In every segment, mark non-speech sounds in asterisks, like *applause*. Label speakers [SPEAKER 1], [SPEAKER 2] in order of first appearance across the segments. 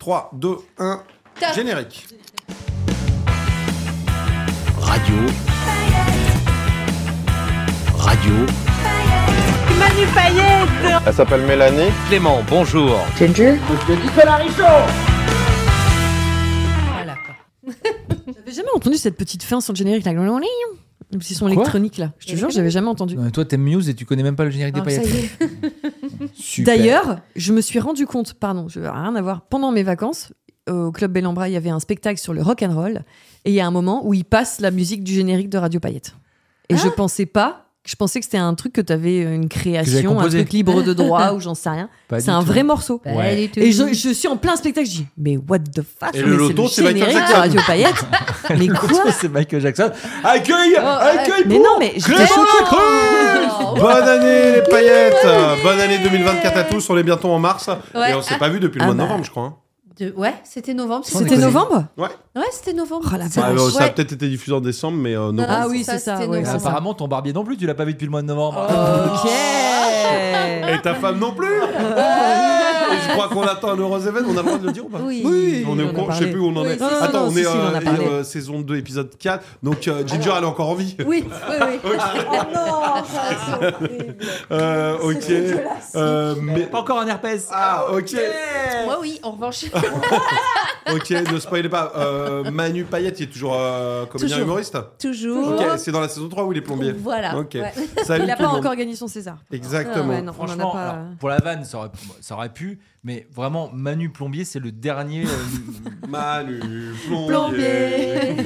[SPEAKER 1] 3, 2, 1,
[SPEAKER 2] Top.
[SPEAKER 1] générique.
[SPEAKER 3] Radio. Radio.
[SPEAKER 4] Manu Payette
[SPEAKER 5] Elle s'appelle Mélanie.
[SPEAKER 6] Clément, bonjour.
[SPEAKER 4] Voilà quoi. J'avais jamais entendu cette petite fin sur le générique là. Le petit son électronique là. Je te jure, j'avais jamais entendu.
[SPEAKER 6] Non, mais toi, t'aimes Muse et tu connais même pas le générique
[SPEAKER 4] Ah,
[SPEAKER 6] des
[SPEAKER 4] ça y
[SPEAKER 6] paillettes.
[SPEAKER 4] est.
[SPEAKER 6] *laughs* Super.
[SPEAKER 4] D'ailleurs, je me suis rendu compte, pardon, je veux rien à voir. Pendant mes vacances, euh, au club Bellambra, il y avait un spectacle sur le rock and roll, et il y a un moment où ils passent la musique du générique de Radio Paillette. Et
[SPEAKER 2] Ah
[SPEAKER 4] je pensais pas, je pensais que c'était un truc que tu avais une création, un
[SPEAKER 6] composé.
[SPEAKER 4] truc libre de
[SPEAKER 2] *laughs*
[SPEAKER 4] droit ou j'en sais rien.
[SPEAKER 6] Pas
[SPEAKER 4] C'est
[SPEAKER 6] du
[SPEAKER 4] un
[SPEAKER 6] tout.
[SPEAKER 4] vrai morceau.
[SPEAKER 2] Pas
[SPEAKER 6] Ouais.
[SPEAKER 2] du tout.
[SPEAKER 4] Et je, je suis en plein spectacle, je dis mais what the fuck
[SPEAKER 1] Et
[SPEAKER 4] mais
[SPEAKER 1] le loto, c'est Michael
[SPEAKER 4] générique de
[SPEAKER 1] Jackson.
[SPEAKER 4] Radio
[SPEAKER 2] *laughs*
[SPEAKER 4] Paillette. mais quoi
[SPEAKER 6] C'est Michael Jackson.
[SPEAKER 4] Ah, Oh,
[SPEAKER 1] Accueil Accueil
[SPEAKER 4] Mais
[SPEAKER 1] pour
[SPEAKER 2] oh,
[SPEAKER 4] non, mais je
[SPEAKER 1] Clément
[SPEAKER 4] Oh.
[SPEAKER 1] Lacroix Bonne année les paillettes Bonne année 2024 à tous, on est bientôt en mars. Et on s'est pas vu depuis le
[SPEAKER 4] Ah
[SPEAKER 1] mois de
[SPEAKER 4] bah.
[SPEAKER 1] novembre, je crois. hein.
[SPEAKER 2] De- Ouais, c'était novembre.
[SPEAKER 6] On est
[SPEAKER 4] C'était
[SPEAKER 6] connus.
[SPEAKER 4] novembre
[SPEAKER 1] Ouais.
[SPEAKER 2] Ouais, c'était novembre.
[SPEAKER 4] Oh la
[SPEAKER 2] C'est-
[SPEAKER 1] Ah,
[SPEAKER 4] vache.
[SPEAKER 1] euh, Ça a
[SPEAKER 2] ouais.
[SPEAKER 1] peut-être été diffusé en décembre, mais euh, novembre.
[SPEAKER 4] Ah oui, c'est ça,
[SPEAKER 2] c'était
[SPEAKER 4] ouais.
[SPEAKER 6] Et
[SPEAKER 4] c'est
[SPEAKER 2] novembre.
[SPEAKER 4] ça.
[SPEAKER 6] apparemment, ton barbier non plus, tu l'as pas vu depuis le mois de novembre.
[SPEAKER 4] Ok.
[SPEAKER 6] *laughs*
[SPEAKER 2] *laughs*
[SPEAKER 1] Et ta femme non plus Et Je crois qu'on attend un heureux événement, on a le droit de le dire ou pas
[SPEAKER 2] Oui.
[SPEAKER 4] Oui,
[SPEAKER 1] On est
[SPEAKER 4] on
[SPEAKER 1] au
[SPEAKER 4] en a
[SPEAKER 1] courant, je sais
[SPEAKER 4] parlé.
[SPEAKER 1] plus où on en
[SPEAKER 2] Oui,
[SPEAKER 1] est.
[SPEAKER 2] si, si,
[SPEAKER 1] Attends,
[SPEAKER 4] non,
[SPEAKER 1] on
[SPEAKER 4] si,
[SPEAKER 1] est
[SPEAKER 4] si, on en a
[SPEAKER 1] euh,
[SPEAKER 4] parlé.
[SPEAKER 1] euh, saison 2, épisode 4. Donc euh, Ginger, elle est encore en vie.
[SPEAKER 2] Oui, oui,
[SPEAKER 4] *laughs*
[SPEAKER 2] oui.
[SPEAKER 1] Euh, ok. Euh, mais...
[SPEAKER 6] Pas encore un herpès.
[SPEAKER 1] Ah, ok.
[SPEAKER 2] Moi, oui, en
[SPEAKER 1] *laughs*
[SPEAKER 2] revanche.
[SPEAKER 1] Ok, ne spoilez pas. Euh, Manu Payette, il est toujours euh, comédien
[SPEAKER 2] Toujours.
[SPEAKER 1] humoriste
[SPEAKER 2] Toujours.
[SPEAKER 1] Ok, c'est dans la saison 3 où il est plombier.
[SPEAKER 2] Voilà.
[SPEAKER 1] Ok.
[SPEAKER 2] ouais.
[SPEAKER 1] Salut
[SPEAKER 4] Oh. Il n'a
[SPEAKER 1] tout le
[SPEAKER 4] pas
[SPEAKER 1] monde.
[SPEAKER 4] encore gagné son César.
[SPEAKER 1] Exactement.
[SPEAKER 4] Ah ouais, non, on en a
[SPEAKER 6] Franchement,
[SPEAKER 4] pas-
[SPEAKER 6] alors, pour la vanne, ça aurait, ça aurait pu, mais vraiment, Manu Plombier, c'est le
[SPEAKER 1] *laughs*
[SPEAKER 6] dernier, euh,
[SPEAKER 1] *laughs* Manu plombier.
[SPEAKER 4] Plombier.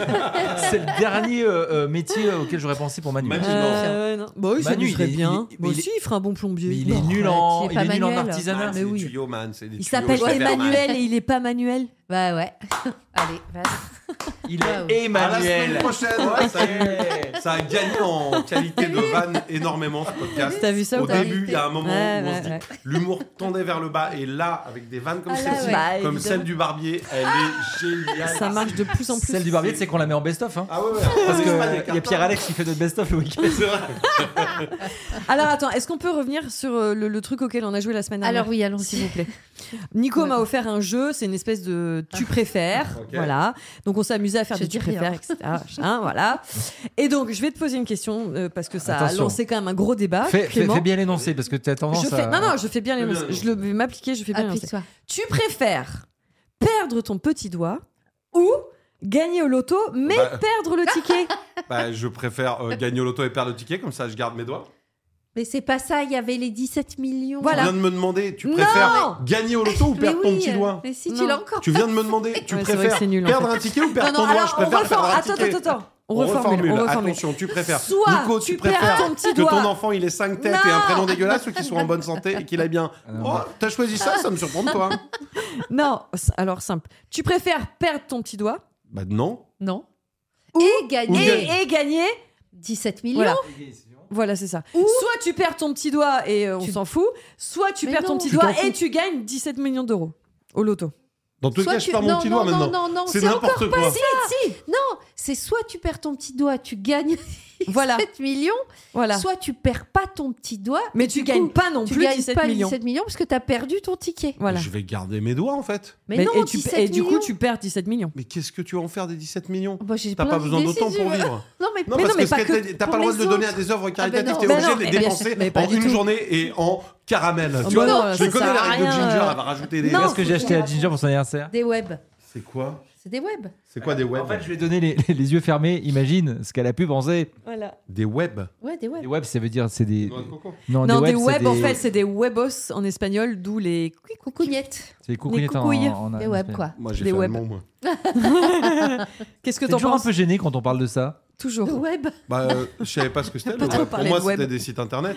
[SPEAKER 6] c'est le dernier euh, euh, métier auquel j'aurais pensé pour Manu.
[SPEAKER 1] Manu.
[SPEAKER 6] Mais
[SPEAKER 4] Euh, non. Bah oui, ça
[SPEAKER 6] Manu,
[SPEAKER 4] lui ferait
[SPEAKER 6] il est-
[SPEAKER 4] bien.
[SPEAKER 6] il est-
[SPEAKER 4] Moi
[SPEAKER 6] il est-
[SPEAKER 4] aussi, il ferait un bon plombier.
[SPEAKER 6] il est
[SPEAKER 4] Non.
[SPEAKER 6] nul
[SPEAKER 2] qui
[SPEAKER 6] en,
[SPEAKER 2] est
[SPEAKER 6] il
[SPEAKER 2] pas
[SPEAKER 6] est nul en
[SPEAKER 2] manuel.
[SPEAKER 6] artisanat.
[SPEAKER 1] Ah,
[SPEAKER 4] Mais
[SPEAKER 1] c'est
[SPEAKER 4] oui.
[SPEAKER 1] des tuyaux, man. c'est des
[SPEAKER 4] Il
[SPEAKER 1] tuyaux,
[SPEAKER 4] s'appelle
[SPEAKER 1] Chabert, man.
[SPEAKER 4] Emmanuel et il est pas Manuel.
[SPEAKER 2] Bah ouais. *laughs* Allez, vas-y.
[SPEAKER 6] Il
[SPEAKER 2] Ah
[SPEAKER 6] est
[SPEAKER 1] À la semaine
[SPEAKER 6] Emmanuel.
[SPEAKER 1] prochaine. Ouais, ça, a eu- ça a gagné en qualité de vanne énormément ce podcast.
[SPEAKER 4] T'as vu ça
[SPEAKER 1] Au
[SPEAKER 4] ou pas
[SPEAKER 1] début, il y a un moment
[SPEAKER 4] Ouais,
[SPEAKER 1] où on
[SPEAKER 4] ouais,
[SPEAKER 1] se dit
[SPEAKER 4] ouais.
[SPEAKER 1] l'humour tendait vers le bas et là, avec des vannes comme
[SPEAKER 2] Ah là,
[SPEAKER 1] celle-ci,
[SPEAKER 2] ouais.
[SPEAKER 4] Bah,
[SPEAKER 1] comme
[SPEAKER 4] évidemment.
[SPEAKER 1] celle du barbier, elle est géniale.
[SPEAKER 4] Ah. Ça marche de plus en plus.
[SPEAKER 6] Celle du barbier, c'est qu'on la met en best-of. Hein.
[SPEAKER 1] Ah ouais, ouais.
[SPEAKER 6] Parce
[SPEAKER 1] En
[SPEAKER 6] qu'il
[SPEAKER 1] Espagne,
[SPEAKER 6] y a Pierre-Alex qui fait notre best-of le week-end.
[SPEAKER 1] C'est vrai.
[SPEAKER 4] Alors attends, est-ce qu'on peut revenir sur euh, le, le truc auquel on a joué la semaine dernière
[SPEAKER 2] Alors oui, allons-y.
[SPEAKER 4] S'il vous plaît. Nico m'a offert un jeu, c'est une espèce de tu préfères.
[SPEAKER 1] Ok.
[SPEAKER 4] Voilà. Donc on s'est amusé à faire
[SPEAKER 2] Je
[SPEAKER 4] des tu
[SPEAKER 2] dis rien.
[SPEAKER 4] préfères, etc. machin, voilà. Et donc je vais te poser une question euh, parce que ça
[SPEAKER 6] Attention.
[SPEAKER 4] a lancé quand même un gros débat.
[SPEAKER 6] Fais, fais-
[SPEAKER 4] Ah, Clément.
[SPEAKER 6] fais bien l'énoncé parce que t'as tendance
[SPEAKER 4] Je
[SPEAKER 6] à.
[SPEAKER 4] fais... Non, non, je fais bien les. Je le- vais m'appliquer, je fais bien les-
[SPEAKER 2] Applique-toi.
[SPEAKER 4] Tu préfères perdre ton petit doigt ou gagner au loto mais
[SPEAKER 1] Bah.
[SPEAKER 4] perdre le
[SPEAKER 1] *laughs*
[SPEAKER 4] ticket
[SPEAKER 1] Bah, je préfère euh, gagner au loto et perdre le ticket, comme ça je garde mes doigts.
[SPEAKER 2] Mais c'est pas ça, il y avait les 17 millions.
[SPEAKER 1] Tu
[SPEAKER 4] Voilà.
[SPEAKER 1] viens de me demander, tu
[SPEAKER 4] Non
[SPEAKER 1] préfères gagner au loto ou
[SPEAKER 2] Mais
[SPEAKER 1] perdre ton
[SPEAKER 2] oui,
[SPEAKER 1] petit
[SPEAKER 2] euh,
[SPEAKER 1] doigt
[SPEAKER 2] Mais si,
[SPEAKER 4] Non.
[SPEAKER 2] tu l'as encore.
[SPEAKER 1] Tu viens de me demander, tu
[SPEAKER 4] Ouais, c'est vrai que
[SPEAKER 1] préfères
[SPEAKER 4] c'est nul, en
[SPEAKER 1] perdre
[SPEAKER 4] fait.
[SPEAKER 1] un ticket ou perdre
[SPEAKER 4] Non, non,
[SPEAKER 1] ton doigt
[SPEAKER 4] alors
[SPEAKER 1] Je
[SPEAKER 4] on
[SPEAKER 1] préfère
[SPEAKER 4] reformule.
[SPEAKER 1] perdre un
[SPEAKER 4] Attends,
[SPEAKER 1] ticket.
[SPEAKER 4] attends, attends. On,
[SPEAKER 1] On
[SPEAKER 4] reformule.
[SPEAKER 1] reformule.
[SPEAKER 4] On reformule.
[SPEAKER 1] Attention, tu préfères.
[SPEAKER 4] Soit
[SPEAKER 1] Nico, tu,
[SPEAKER 4] tu perds
[SPEAKER 1] préfères
[SPEAKER 4] ton petit
[SPEAKER 1] que
[SPEAKER 4] doigt.
[SPEAKER 1] ton enfant il ait 5 têtes et un
[SPEAKER 4] Non. Ah
[SPEAKER 1] prénom dégueulasse ou qu'il soit en bonne santé et qu'il aille bien.
[SPEAKER 6] non.
[SPEAKER 1] Oh, t'as choisi ça Ça me surprend de toi.
[SPEAKER 4] Non, c- alors simple. Tu préfères perdre ton petit doigt
[SPEAKER 1] Bah non.
[SPEAKER 2] Non.
[SPEAKER 4] Ou-
[SPEAKER 2] et
[SPEAKER 1] Ou
[SPEAKER 2] gagner
[SPEAKER 1] gagner.
[SPEAKER 4] et, et gagner
[SPEAKER 2] 17 millions.
[SPEAKER 4] Voilà, voilà c'est ça. soit tu perds ton petit doigt et euh, on
[SPEAKER 2] Tu-
[SPEAKER 4] s'en fout, soit tu
[SPEAKER 2] Mais
[SPEAKER 4] perds
[SPEAKER 2] non.
[SPEAKER 4] ton petit
[SPEAKER 1] Tu
[SPEAKER 4] doigt
[SPEAKER 1] t'en
[SPEAKER 4] et
[SPEAKER 1] fous.
[SPEAKER 4] tu gagnes 17 millions d'euros au loto.
[SPEAKER 1] Dans tous les
[SPEAKER 2] Soit
[SPEAKER 1] cas, je
[SPEAKER 2] tu-
[SPEAKER 1] perds mon
[SPEAKER 2] non,
[SPEAKER 1] petit
[SPEAKER 2] non,
[SPEAKER 1] doigt maintenant.
[SPEAKER 2] Non, non, non,
[SPEAKER 1] C'est
[SPEAKER 2] c'est
[SPEAKER 1] n'importe quoi.
[SPEAKER 2] Ah,
[SPEAKER 4] Si,
[SPEAKER 2] Non, c'est soit tu perds ton petit doigt, tu gagnes
[SPEAKER 1] *laughs*
[SPEAKER 4] Voilà.
[SPEAKER 2] 17 millions,
[SPEAKER 4] Voilà.
[SPEAKER 2] soit tu perds pas ton petit doigt,
[SPEAKER 4] Mais tu
[SPEAKER 2] Du
[SPEAKER 4] gagnes
[SPEAKER 2] coup,
[SPEAKER 4] pas non
[SPEAKER 2] tu
[SPEAKER 4] plus
[SPEAKER 2] gagnes
[SPEAKER 4] 17
[SPEAKER 2] pas
[SPEAKER 4] millions.
[SPEAKER 2] 17 millions parce que t'as perdu ton ticket.
[SPEAKER 4] Voilà.
[SPEAKER 1] Je vais garder mes doigts en fait.
[SPEAKER 2] Mais,
[SPEAKER 4] Mais-
[SPEAKER 2] non,
[SPEAKER 4] et, tu-
[SPEAKER 2] 17
[SPEAKER 4] et du coup,
[SPEAKER 2] millions.
[SPEAKER 4] tu perds 17 millions.
[SPEAKER 1] Mais qu'est-ce que tu vas en faire des 17 millions
[SPEAKER 2] Bah, j'ai
[SPEAKER 1] T'as
[SPEAKER 2] plein
[SPEAKER 1] pas besoin
[SPEAKER 2] d'idées,
[SPEAKER 1] d'autant
[SPEAKER 2] si
[SPEAKER 1] pour
[SPEAKER 2] tu veux.
[SPEAKER 1] vivre.
[SPEAKER 2] Non, mais,
[SPEAKER 1] Non, parce
[SPEAKER 4] Mais non, mais
[SPEAKER 1] que ce
[SPEAKER 4] pas
[SPEAKER 1] que
[SPEAKER 4] que
[SPEAKER 1] t'as- t'as
[SPEAKER 2] pour
[SPEAKER 1] pas le droit
[SPEAKER 2] les
[SPEAKER 1] de le donner à
[SPEAKER 2] autres.
[SPEAKER 1] des œuvres
[SPEAKER 2] Ah, ben
[SPEAKER 1] caritatives.
[SPEAKER 2] non.
[SPEAKER 1] T'es
[SPEAKER 4] Ben
[SPEAKER 1] obligé
[SPEAKER 4] non,
[SPEAKER 1] de les
[SPEAKER 4] mais bien
[SPEAKER 1] dépenser
[SPEAKER 4] sûr, mais pas
[SPEAKER 1] en
[SPEAKER 4] du
[SPEAKER 1] une
[SPEAKER 4] tout.
[SPEAKER 1] journée et en caramel.
[SPEAKER 4] Ah,
[SPEAKER 1] tu
[SPEAKER 4] bah
[SPEAKER 1] vois,
[SPEAKER 4] non,
[SPEAKER 1] je
[SPEAKER 4] ça
[SPEAKER 1] les connais
[SPEAKER 4] sert
[SPEAKER 1] la
[SPEAKER 4] à
[SPEAKER 1] règle de
[SPEAKER 4] rien,
[SPEAKER 1] Ginger,
[SPEAKER 4] euh.
[SPEAKER 1] elle va rajouter des.
[SPEAKER 6] Qu'est-ce que j'ai acheté à Ginger pour son anniversaire
[SPEAKER 2] des web,
[SPEAKER 1] C'est quoi
[SPEAKER 2] c'est des web.
[SPEAKER 1] C'est quoi des webs
[SPEAKER 6] En fait, je lui ai donné les, les- les yeux fermés. Imagine ce qu'elle a pu penser.
[SPEAKER 4] Voilà.
[SPEAKER 1] Des webs
[SPEAKER 2] Ouais, des web.
[SPEAKER 6] Les webs, ça veut dire c'est des. Non,
[SPEAKER 4] Non, des
[SPEAKER 6] webs, c'est
[SPEAKER 4] web, en
[SPEAKER 6] des-
[SPEAKER 4] fait, c'est des webos en espagnol, d'où les
[SPEAKER 2] Coucougnette,
[SPEAKER 6] C'est des coucouillettes en,
[SPEAKER 4] coucouilles.
[SPEAKER 6] en- en-
[SPEAKER 2] des
[SPEAKER 6] en-
[SPEAKER 2] web quoi.
[SPEAKER 1] Moi j'ai
[SPEAKER 4] Des
[SPEAKER 1] fait
[SPEAKER 4] webs.
[SPEAKER 1] allemand, moi.
[SPEAKER 4] Qu'est-ce que
[SPEAKER 6] T'es
[SPEAKER 4] t'en
[SPEAKER 6] toujours un
[SPEAKER 4] penses
[SPEAKER 6] peu gêné quand on parle de ça.
[SPEAKER 4] Toujours.
[SPEAKER 2] Des web.
[SPEAKER 1] Bah, euh, je savais pas ce que c'était. le
[SPEAKER 4] Pas trop
[SPEAKER 1] web. Pour
[SPEAKER 4] parler
[SPEAKER 1] moi,
[SPEAKER 4] de web.
[SPEAKER 1] c'était des sites internet.